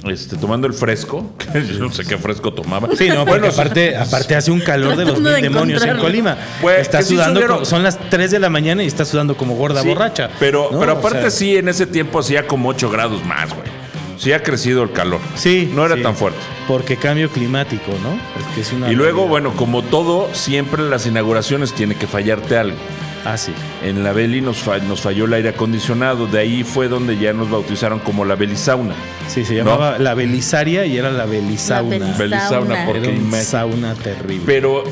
S2: este, tomando el fresco. Yo no sé qué fresco tomaba.
S4: Sí, no, porque
S2: Bueno,
S4: aparte, aparte hace un calor de los
S3: Tratando
S4: mil
S3: de
S4: demonios en
S3: encontrarlo.
S4: Colima.
S2: Güey,
S4: está
S2: Pues, que sí
S4: sudando,
S2: subieron.
S4: como- son las 3 de la mañana y está sudando como gorda
S2: Sí,
S4: borracha.
S2: Pero,
S4: ¿no?
S2: pero
S4: O
S2: aparte
S4: sea,
S2: sí, en ese tiempo hacía como 8 grados más, güey. Sí ha crecido el calor.
S4: Sí.
S2: No era
S4: sí.
S2: tan fuerte.
S4: Porque cambio climático, ¿no? Es que es una
S2: Y luego,
S4: realidad.
S2: bueno, como todo, siempre en las inauguraciones tiene que fallarte algo.
S4: Ah, sí.
S2: En la Beli nos, fa- nos falló el aire acondicionado, de ahí fue donde ya nos bautizaron como la Beli Sauna.
S4: Sí, se llamaba la Belisaria y era la Belisauna.
S3: Belisaria.
S2: Beli Sauna,
S3: Sauna.
S2: porque
S4: Era un
S2: me-
S4: sauna terrible.
S2: Pero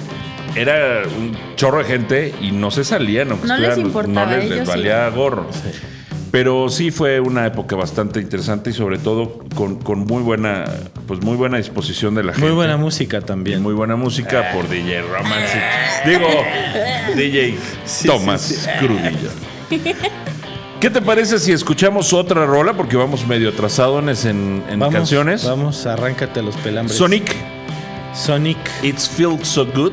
S2: era un chorro de gente y no se salían, aunque
S3: No les
S2: estuvieran-
S3: importaba,
S2: no les,
S3: ellos
S2: valía gorro. Pero sí fue una época bastante interesante y sobre todo con, con muy buena, pues muy buena disposición de la gente.
S4: Muy buena música
S2: Y
S4: también.
S2: muy buena música
S4: Ah.
S2: por DJ Romance. Digo, DJ
S4: Sí,
S2: Tomás
S4: sí, sí.
S2: Crudillo. ¿Qué te parece si escuchamos otra rola? Porque vamos medio atrasadones en, en
S4: Vamos,
S2: canciones.
S4: Vamos, arráncate los pelambres.
S2: Sonic,
S4: Sonic.
S2: It's Feel So Good.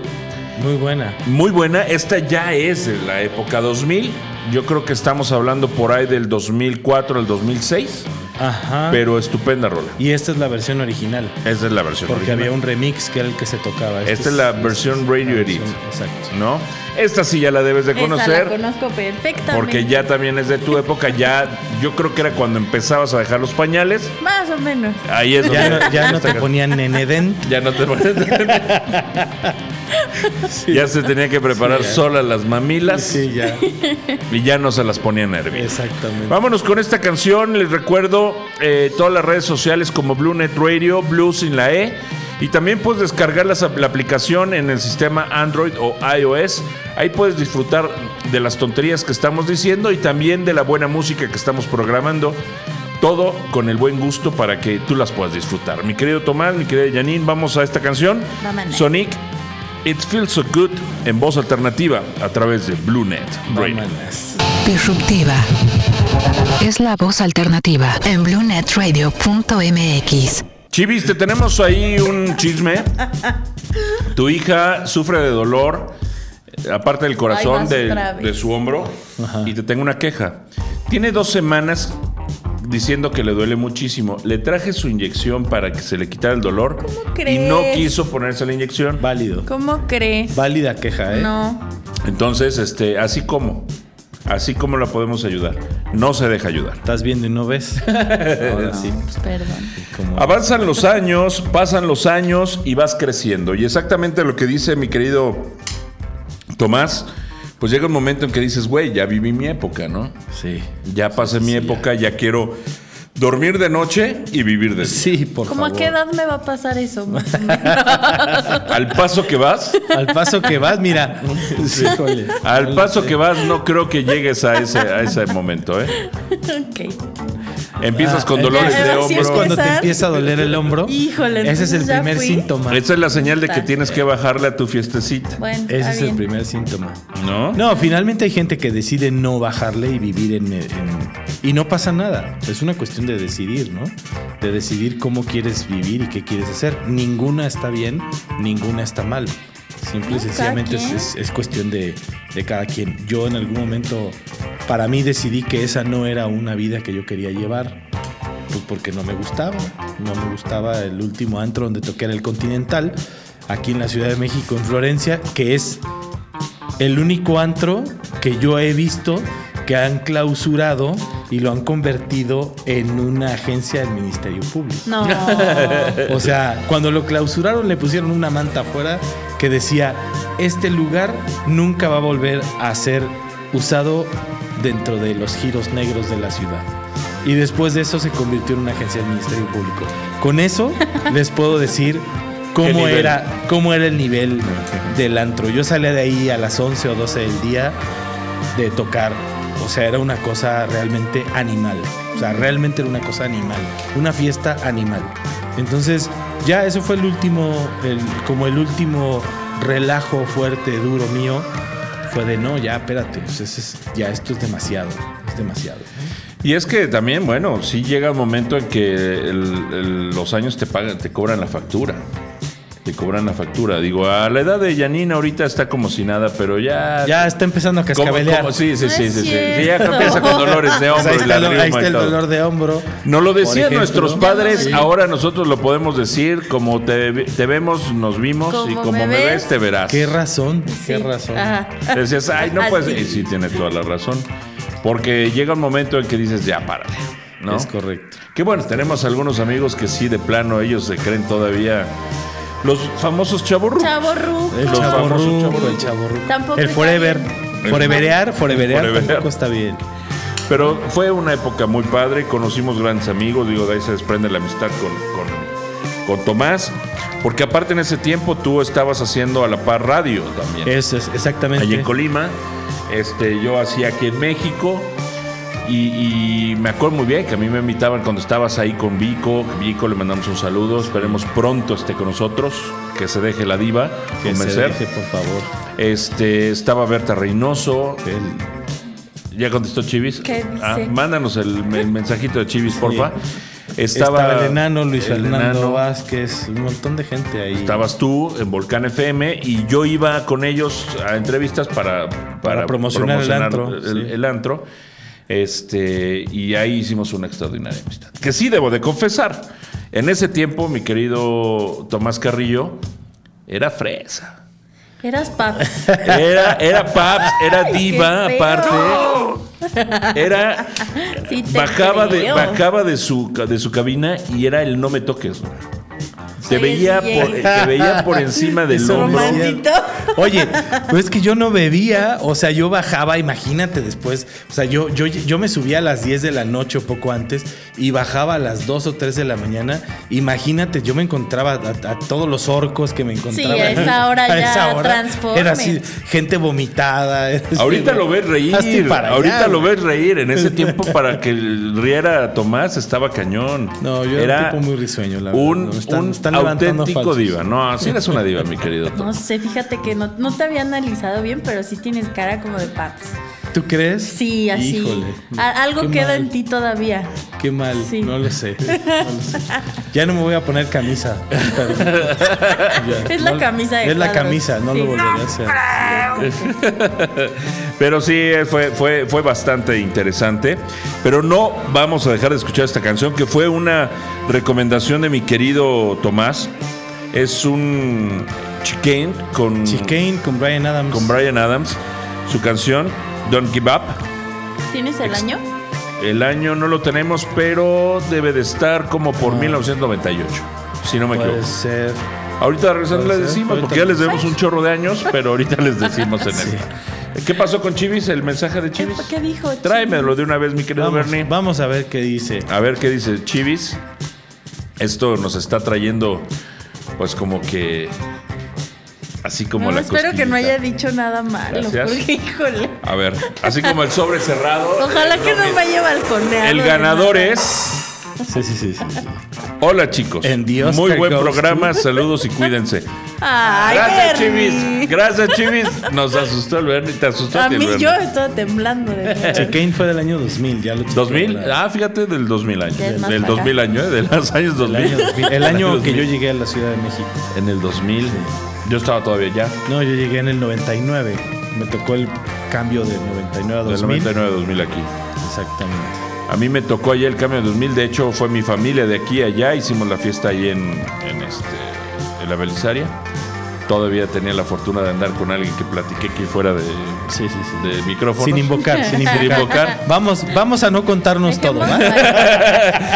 S4: Muy buena.
S2: Muy buena, esta ya es de la época 2000. Yo creo que estamos hablando por ahí del 2004 al 2006,
S4: Ajá.
S2: pero estupenda rola.
S4: y esta es la versión original.
S2: Esa es la versión
S4: Porque
S2: original,
S4: había un remix que era el que se tocaba. Este
S2: Esta es la versión Radio
S4: la
S2: Edit.
S4: Exacto.
S2: ¿no? Esta sí ya la debes de
S3: Esa
S2: conocer.
S3: la conozco perfectamente.
S2: Porque ya también es de tu época, ya yo creo que era cuando empezabas a dejar los pañales.
S3: Más o menos.
S2: Ahí es
S4: Ya
S2: donde
S4: no, ya no te ponían Neneden.
S2: ya no te Ya se tenía que preparar
S4: Sí, ya.
S2: sola las mamilas
S4: Sí, ya.
S2: y ya no se las ponían a hervir.
S4: Exactamente.
S2: Vámonos con esta canción. Les recuerdo eh, todas las redes sociales como Blue Net Radio, Blue sin la E. Y también puedes descargar las ap- la, aplicación en el sistema Android o iOS. Ahí puedes disfrutar de las tonterías que estamos diciendo y también de la buena música que estamos programando. Todo con el buen gusto para que tú las puedas disfrutar. Mi querido Tomás, mi querida Janine, vamos a esta canción.
S3: Vámonos.
S2: Sonic, It Feels So Good en voz alternativa a través de Blue Net Radio.
S4: Vámonos.
S1: Disruptiva. Es la voz alternativa en bluenetradio.mx.
S2: Chivis, te tenemos ahí un chisme. Tu hija sufre de dolor, eh, aparte del corazón,
S3: vas
S2: del-
S3: otra vez.
S2: de su hombro. Y te tengo una queja. Tiene dos semanas diciendo que le duele muchísimo. Le traje su inyección para que se le quitara el dolor.
S3: ¿Cómo
S2: Y no
S3: crees?
S2: quiso ponerse la inyección.
S4: Válido.
S3: ¿Cómo crees?
S4: Válida queja, ¿eh?
S3: No.
S2: Entonces, este, así como. Así como la podemos ayudar. No se deja ayudar.
S4: Estás viendo y no ves. Ahora sí.
S3: Pues perdón.
S4: Como
S2: Avanzan los años, pasan los años y vas creciendo. Y exactamente lo que dice mi querido Tomás, pues llega un momento en que dices, güey, ya viví mi época, ¿no?
S4: Sí.
S2: Ya pasé mi época, ya quiero dormir de noche y vivir de día.
S4: Sí, por
S3: ¿Cómo a
S4: favor.
S3: qué edad me va a pasar eso? más o menos?
S2: Al paso que vas,
S4: Al paso que vas, mira. Híjole.
S2: al paso que vas, no creo que llegues a ese, a ese momento, ¿eh?
S3: ok.
S2: Empiezas con
S4: Ah,
S2: dolores
S3: ya,
S2: de
S3: ahora sí
S4: Es
S2: hombro.
S4: cuando te
S3: Empezar.
S4: empieza a doler el hombro.
S3: Híjole,
S4: Ese es
S3: entonces
S4: el
S3: ya
S4: primer
S3: fui.
S4: síntoma.
S2: Esa es la señal de que tienes que bajarle a tu fiestecita,
S3: Bueno,
S4: Ese
S3: está
S4: es el
S3: bien.
S4: primer síntoma.
S2: ¿no?
S4: No, finalmente hay gente que decide no bajarle y vivir en, en- Y no pasa nada. Es una cuestión de decidir, ¿no? De decidir cómo quieres vivir y qué quieres hacer. Ninguna está bien, ninguna está mal. Simple y
S3: No, cada
S4: sencillamente es,
S3: quien.
S4: es- es cuestión de, de cada quien. Yo en algún momento, para mí decidí que esa no era una vida que yo quería llevar. Pues porque no me gustaba. No me gustaba el último antro donde toqué era el Continental, aquí en la Ciudad de México, en Florencia, que es el único antro que yo he visto que han clausurado y lo han convertido en una agencia del Ministerio Público.
S3: No.
S2: Eh,
S4: O sea, cuando lo clausuraron le pusieron una manta afuera que decía, este lugar nunca va a volver a ser usado dentro de los giros negros de la ciudad. Y después de eso se convirtió en una agencia del Ministerio Público. Con eso les puedo decir
S2: ¿Qué
S4: cómo
S2: nivel?
S4: era, cómo era el nivel del antro. Yo salía de ahí a las 11 o 12 del día de tocar. O sea, era una cosa realmente animal. O sea, realmente era una cosa animal. Una fiesta animal. Entonces, ya eso fue el último, el- como el último relajo fuerte, duro mío. Fue de no, ya, espérate. pues, ese es- ya esto es demasiado. Es demasiado.
S2: Y es que también, bueno, sí llega un momento en que el- el- los años te pagan, te cobran la factura. Te cobran la factura. Digo, a la edad de Janine ahorita está como si nada, pero ya.
S4: Ya está empezando a
S2: ¿Cómo-
S4: cascabelear.
S2: cómo? Sí, sí,
S3: No
S2: sí,
S3: es
S2: sí, sí. Sí, Ya
S3: cierto.
S2: empieza con dolores de
S4: Pues
S2: hombro
S4: ahí
S2: y
S4: está, el-
S2: la
S4: ahí está el dolor de hombro.
S2: Nos lo
S4: por
S2: decían
S4: ejemplo.
S2: nuestros padres,
S3: Sí.
S2: ahora nosotros lo podemos decir, como te, ve- te vemos, nos vimos y
S3: Como
S2: como
S3: me
S2: me
S3: ves,
S2: ves, te verás.
S4: Qué razón, qué
S3: Sí,
S4: razón.
S3: ajá.
S2: Decías, ay, no
S3: Así.
S2: puedes. Y sí, tienes toda la razón. Porque llega un momento en que dices, ya, párale. ¿no?
S4: Es correcto.
S2: Que bueno, tenemos algunos amigos que sí, de plano, ellos se creen todavía los famosos chaburrucos.
S3: Chavo ruco.
S4: El
S2: Los famosos
S4: chaborruco,
S2: chavorrucos.
S4: el chaborruco.
S3: Tampoco
S4: El
S3: está
S4: forever.
S3: bien.
S4: Foreverear, foreverear
S2: Foreverear.
S4: tampoco está bien.
S2: Pero fue una época muy padre, conocimos grandes amigos, digo, de ahí se desprende la amistad con, con, con Tomás, porque aparte en ese tiempo tú estabas haciendo a la par radio también.
S4: Eso es, exactamente.
S2: allí en Colima. Este, yo hacía aquí en México. Y, y me acuerdo muy bien que a mí me invitaban cuando estabas ahí con Vico. Vico, le mandamos un saludo. Esperemos pronto esté con nosotros. Que se deje la diva.
S4: Que se
S2: convencer.
S4: deje, por favor.
S2: Este, estaba Berta Reynoso.
S4: El-
S2: Ya contestó Chivis. Ah,
S3: ¿Qué dice?
S2: mándanos el, el mensajito de Chivis, porfa. Estaba,
S4: Estaba el enano, Luis
S2: el
S4: Fernando
S2: enano,
S4: Vázquez, un montón de gente ahí.
S2: Estabas tú en Volcán FM y yo iba con ellos a entrevistas para, para,
S4: promocionar el antro,
S2: el-
S4: sí.
S2: el antro. Este, y ahí hicimos una extraordinaria amistad. Que sí, debo de confesar. En ese tiempo, mi querido Tomás Carrillo era fresa.
S3: Eras paps.
S2: Era, era paps, era
S3: Ay, qué
S2: diva,
S3: feo.
S2: aparte. Era.
S3: Sí te
S2: bajaba de,
S3: creo.
S2: bajaba de su ca- de su cabina y era el no me toques, güey. Te
S3: Soy el
S2: veía,
S3: DJ.
S2: por, te veía por encima del
S4: Eso no
S2: hombro.
S4: es
S3: Romántico.
S4: cierto. Oye, pues es que yo no bebía, o sea, yo bajaba, imagínate después, o sea, yo, yo, yo me subía a las 10 de la noche o poco antes y bajaba a las 2 o 3 de la mañana, imagínate, yo me encontraba a, a todos los orcos que me encontraba.
S3: a esa hora
S4: A
S3: ya
S4: esa hora.
S3: transformes.
S4: Era así, gente vomitada. era así,
S2: Ahorita lo ves
S4: hazte
S2: reír,
S4: para allá,
S2: ahorita lo
S4: güey.
S2: ves reír. En ese tiempo para que riera a Tomás estaba cañón.
S4: No, yo era un tipo muy risueño, la verdad.
S2: un,
S4: Me están-
S2: un
S4: me están levantando
S2: auténtico
S4: falsos.
S2: diva. No, así eres una diva, mi querido
S3: No
S2: Tomás.
S3: sé, fíjate que no, no te había analizado bien, pero sí tienes cara como de paps.
S4: ¿Tú crees?
S3: Sí, así.
S4: Híjole.
S3: A- algo
S4: Qué
S3: queda
S4: mal.
S3: en ti todavía.
S4: Qué mal,
S3: Sí.
S4: no lo sé. no lo sé. Ya no me voy a poner camisa. Ya,
S3: Es la
S4: no-
S3: camisa de
S4: Es la
S3: cuadros.
S4: camisa, no
S3: Sí.
S4: lo volveré a hacer.
S2: Pero sí, eh, fue, fue, fue bastante interesante. Pero no vamos a dejar de escuchar esta canción, que fue una recomendación de mi querido Tomás. Es un chicane con,
S4: Chicane con Brian Adams.
S2: con Brian Adams. Su canción, Don't Give Up.
S3: ¿Tienes el año?
S2: El año no lo tenemos, pero debe de estar como por 1998, si no me
S4: Puede
S2: equivoco.
S4: ser.
S2: Ahorita regresando
S4: puede
S2: les
S4: ser,
S2: decimos,
S4: ahorita
S2: porque ya les
S4: mismo.
S2: debemos un chorro de años, pero ahorita les decimos en
S4: Sí.
S2: esta. ¿Qué pasó con Chivis? ¿El mensaje de Chivis?
S3: ¿Qué dijo? Chivis?
S2: Tráemelo de una vez, mi querido
S4: Vamos,
S2: Bernie.
S4: vamos a ver qué dice.
S2: A ver qué dice Chivis. Esto nos está trayendo, pues como que. Así como
S3: No,
S2: la
S3: espero que no
S2: cosquillita.
S3: haya dicho nada malo,
S2: Gracias.
S3: porque híjole.
S2: A ver, así como el sobre cerrado.
S3: Ojalá que no me haya balconeado.
S2: El
S3: de
S2: ganador
S3: nada.
S2: es.
S4: Sí, sí, sí. sí, sí.
S2: Hola chicos.
S4: En Dios
S2: Muy
S4: que
S2: buen
S4: goes
S2: programa. Saludos y cuídense.
S3: Ay,
S2: Gracias,
S3: Bernie.
S2: Chivis. Gracias, Chivis. Nos asustó el Bernie. Te asustó
S3: A
S2: ti el
S3: mí
S2: Bernie?
S3: yo estaba temblando de miedo.
S4: Chicane fue del año 2000, ya lo chequé.
S2: ¿2000?
S4: La-
S2: Ah, fíjate, del 2000 año.
S3: Ya es más
S2: Del
S3: para
S2: 2000 año, ¿eh? De los años 2000.
S4: El año, 2000, el año que yo
S2: 2000.
S4: llegué a la Ciudad de México.
S2: En el 2000. Yo estaba todavía ya.
S4: No, yo llegué en el 99. Me tocó el cambio de 99 a
S2: Del
S4: 2000.
S2: 99 a 2000 aquí.
S4: Exactamente.
S2: A mí me tocó allá el cambio de 2000. De hecho, fue mi familia de aquí a allá. Hicimos la fiesta ahí en, en, este, en la Belisaria. Todavía tenía la fortuna de andar con alguien que platiqué aquí fuera de,
S4: Sí, sí, sí.
S2: de micrófono.
S4: Sin invocar, sin invocar.
S2: Sin invocar.
S4: Vamos, vamos a no contarnos todo, ¿eh?
S3: Dejemos
S4: ¿va?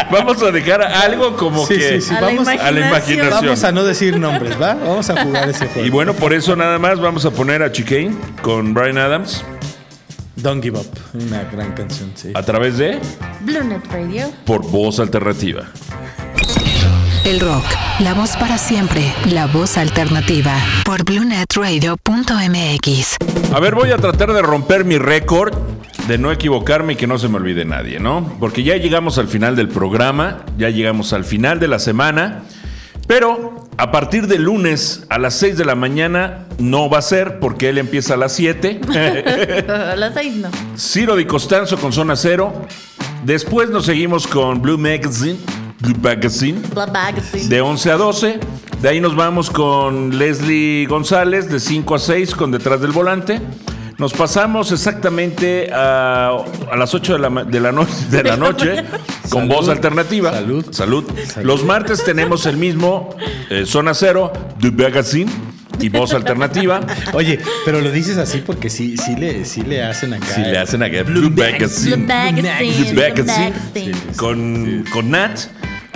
S3: a-
S2: Vamos a dejar algo como
S4: Sí,
S2: que
S4: sí, sí,
S3: a,
S4: vamos-
S3: la
S2: a la imaginación.
S4: Vamos a no decir nombres, ¿va? Vamos a jugar ese juego.
S2: Y bueno, por eso nada más vamos a poner a Chicane con Brian Adams
S4: Don't Give Up, una gran canción, sí.
S2: a través de
S3: Blue Net Radio.
S2: Por Voz Alternativa.
S1: El rock, la voz para siempre, la voz alternativa por bluenetradio.mx.
S2: A ver, voy a tratar de romper mi récord de no equivocarme y que no se me olvide nadie, ¿no? Porque ya llegamos al final del programa, ya llegamos al final de la semana, pero a partir de lunes a las 6 de la mañana no va a ser porque él empieza a las 7.
S3: A las seis no.
S2: Ciro Di Costanzo con Zona Cero. Después nos seguimos con Blue Magazine, Blue Magazine,
S3: Bla, bla, que sí.
S2: de 11 a 12. De ahí nos vamos con Leslie González, de 5 a 6, con Detrás del Volante. Nos pasamos exactamente a, a las 8 de la, ma- de la, no- de la noche con
S4: Salud.
S2: voz alternativa.
S4: Salud.
S2: Salud.
S4: Salud.
S2: Los martes tenemos el mismo eh, Zona Cero, Blue Magazine y voz alternativa.
S4: Oye, pero lo dices así porque sí, sí le, sí le hacen acá. ¿eh?
S2: Si le hacen a Blue
S4: Blue
S3: Blue
S2: Magazine.
S3: Magazine.
S2: Blue
S3: Blue
S2: Magazine.
S3: Magazine.
S2: con, con Nat,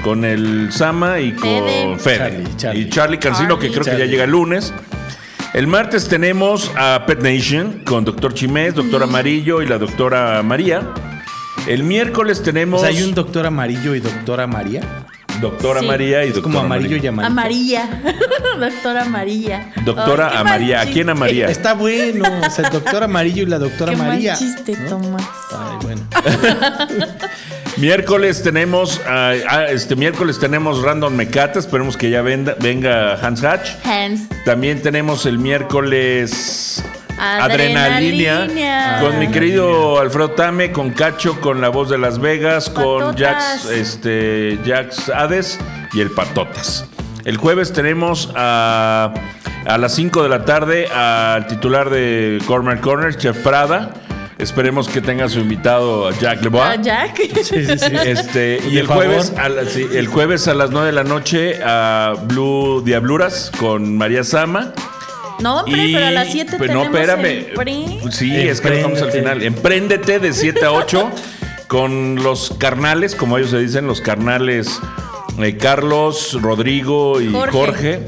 S2: con el Sama y con
S3: Fede.
S2: Fede.
S4: Charlie, Charlie.
S2: Y Charlie Cancino,
S3: Charlie.
S2: que creo que ya
S4: Charlie.
S2: llega el lunes. El martes tenemos a Pet Nation con Doctor Chimés, Doctor Amarillo y la Doctora María. El miércoles
S4: O
S2: tenemos
S4: sea, hay un doctor amarillo y doctora María.
S2: Doctora
S3: Sí.
S2: María y
S4: Es
S2: Doctora
S4: como amarillo y
S2: María.
S4: amarillo.
S3: Amarilla. Doctora Amarilla.
S2: Doctora
S3: Ay, qué mal
S2: Amarilla. ¿A
S3: chiste.
S2: quién Amarilla?
S4: Está bueno, o sea, el doctor amarillo y la doctora
S3: Qué
S4: María.
S3: mal chiste,
S4: ¿no?
S3: Tomás.
S2: ¿Ah?
S4: Ay, bueno.
S2: Miércoles tenemos, ah, ah, este miércoles tenemos Random Mecate, esperemos que ya venda- venga Hans Hatch.
S3: Hands.
S2: También tenemos el miércoles Adrenalina,
S3: Adrenalina.
S2: con mi querido Alfredo Tame, con Cacho, con la voz de Las Vegas, con
S3: Patotas.
S2: Jax, este, Jax Hades y el Patotas. El jueves tenemos a, a las 5 de la tarde al titular de Corner Corner, Chef Prada. Esperemos que tenga su invitado a Jack Lebois.
S3: Ah, Jack.
S4: Sí, sí, sí.
S2: Este, y
S4: De
S2: el
S4: favor.
S2: jueves, a la- sí, el jueves a las 9 de la noche a Blue Diabluras con María Sama.
S3: No, hombre,
S2: Y-
S3: pero a las 7
S2: pero
S3: tenemos
S2: no, espérame.
S3: el PRI.
S2: Sí, es que no estamos al
S4: Empréndete.
S2: final. Empréndete de 7 a 8 con los carnales, como ellos se dicen, los carnales eh, Carlos, Rodrigo y Jorge.
S3: Jorge.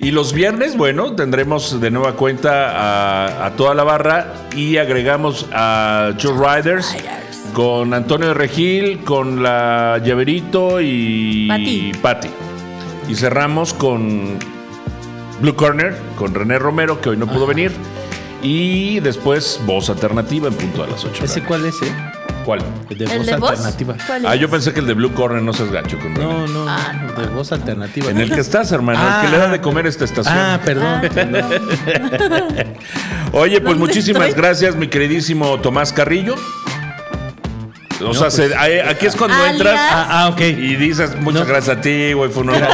S2: Y los viernes, bueno, tendremos de nueva cuenta a, a toda la barra y agregamos a Joe Riders con Antonio Regil, con la Llaverito y
S3: Pati.
S2: Pati. Y cerramos con Blue Corner con René Romero, que hoy no pudo venir. Y después Voz Alternativa en punto a las 8.
S5: ¿Ese cuál es, eh?
S2: ¿Cuál?
S5: El de
S3: ¿El
S5: voz
S3: de voz?
S5: alternativa.
S3: ¿Cuál
S2: Ah,
S3: es?
S2: yo pensé que el de Blue Corner no se gancho con René.
S5: No, no,
S3: Ah,
S5: no, de voz alternativa.
S2: En el que estás, hermano, el que le da de comer esta estación.
S4: Ah, perdón.
S3: Ah, no.
S2: Oye, pues
S3: ¿Dónde
S2: muchísimas
S3: estoy?
S2: gracias, mi queridísimo Tomás Carrillo. O sea, se- ahí- aquí es cuando
S3: Alias.
S2: entras
S4: pues, eh, Ah, ah, ok.
S2: y dices muchas
S4: No.
S2: gracias a ti, güey, fue un honor.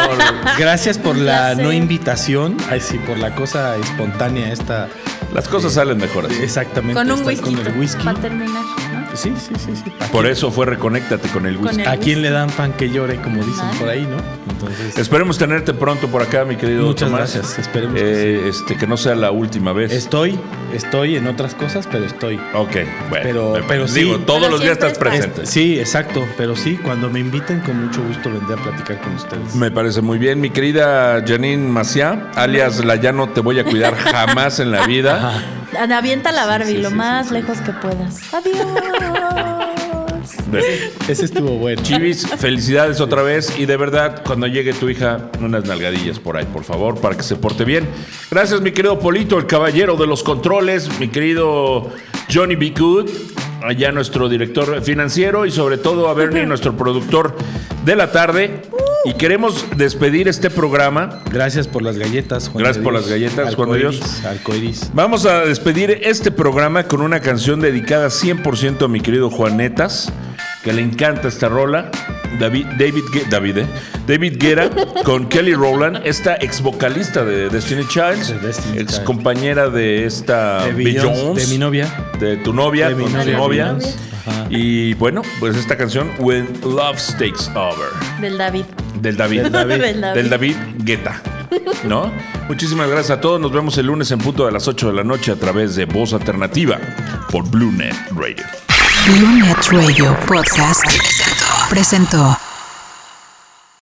S4: Gracias por la
S3: Ya sé.
S4: no invitación. Ay, sí, por la cosa espontánea esta.
S2: Las cosas salen mejor así.
S4: Exactamente.
S3: Con un
S4: estar
S3: whisky.
S4: Con el whisky.
S3: Para terminar, ¿no?
S4: Sí, sí, sí, sí.
S2: Por eso fue Reconéctate con el
S3: Con
S2: whisky.
S3: el-
S4: ¿A quién le dan pan que llore, como dicen
S3: Nadie.
S4: por ahí, no? Entonces,
S2: Esperemos tenerte pronto por acá, mi querido
S4: Muchas
S2: Tomás.
S4: gracias, esperemos
S2: Eh, Este, que no sea la última vez.
S4: estoy, estoy en otras cosas, pero estoy.
S2: Ok, bueno.
S4: Pero-
S2: bueno,
S4: pero sí.
S2: digo, todos
S3: Pero
S2: los días
S3: siempre
S2: estás
S3: está.
S2: presente.
S4: Sí, exacto. Pero sí, cuando me inviten, con mucho gusto vendré a platicar con ustedes.
S2: Me parece muy bien, mi querida Janine Maciá, alias la ya no te voy a cuidar jamás en la vida.
S3: Ana, Avienta la Barbie
S2: sí,
S3: lo
S2: sí,
S3: más
S2: sí, sí.
S3: lejos que puedas. Adiós.
S2: De-
S4: Ese estuvo bueno.
S2: Chivis, felicidades otra vez y de verdad, cuando llegue tu hija, unas nalgadillas por ahí, por favor, para que se porte bien. Gracias, mi querido Polito, el caballero de los controles, mi querido Johnny B. Good, allá nuestro director financiero y sobre todo a Bernie, nuestro productor de la tarde. Y queremos despedir este programa.
S4: Gracias por las galletas, Juan.
S2: Gracias por las galletas, Juan de Dios.
S4: Arcoiris.
S2: Vamos a despedir este programa con una canción dedicada 100% a mi querido Juanetas, que le encanta esta rola. David, David, Gue- David, ¿eh? David Guerra con Kelly Rowland, esta ex vocalista de Destiny Childs,
S4: De Destiny
S2: ex
S4: Child.
S2: compañera de esta
S4: De Beyoncé,
S2: Beyoncé,
S4: de mi novia.
S2: de tu novia,
S4: De mi
S2: con tu
S4: novia.
S2: novia.
S3: De mi novia.
S4: Ajá.
S2: Y bueno, pues esta canción, When Love Takes Over,
S3: Del David.
S2: del David,
S4: Del David.
S3: Del David.
S2: del David Guetta. ¿No? Muchísimas gracias a todos. Nos vemos el lunes en punto de las 8 de la noche a través de Voz Alternativa por BlueNet Radio.
S1: Blue Net Radio Podcast presentó.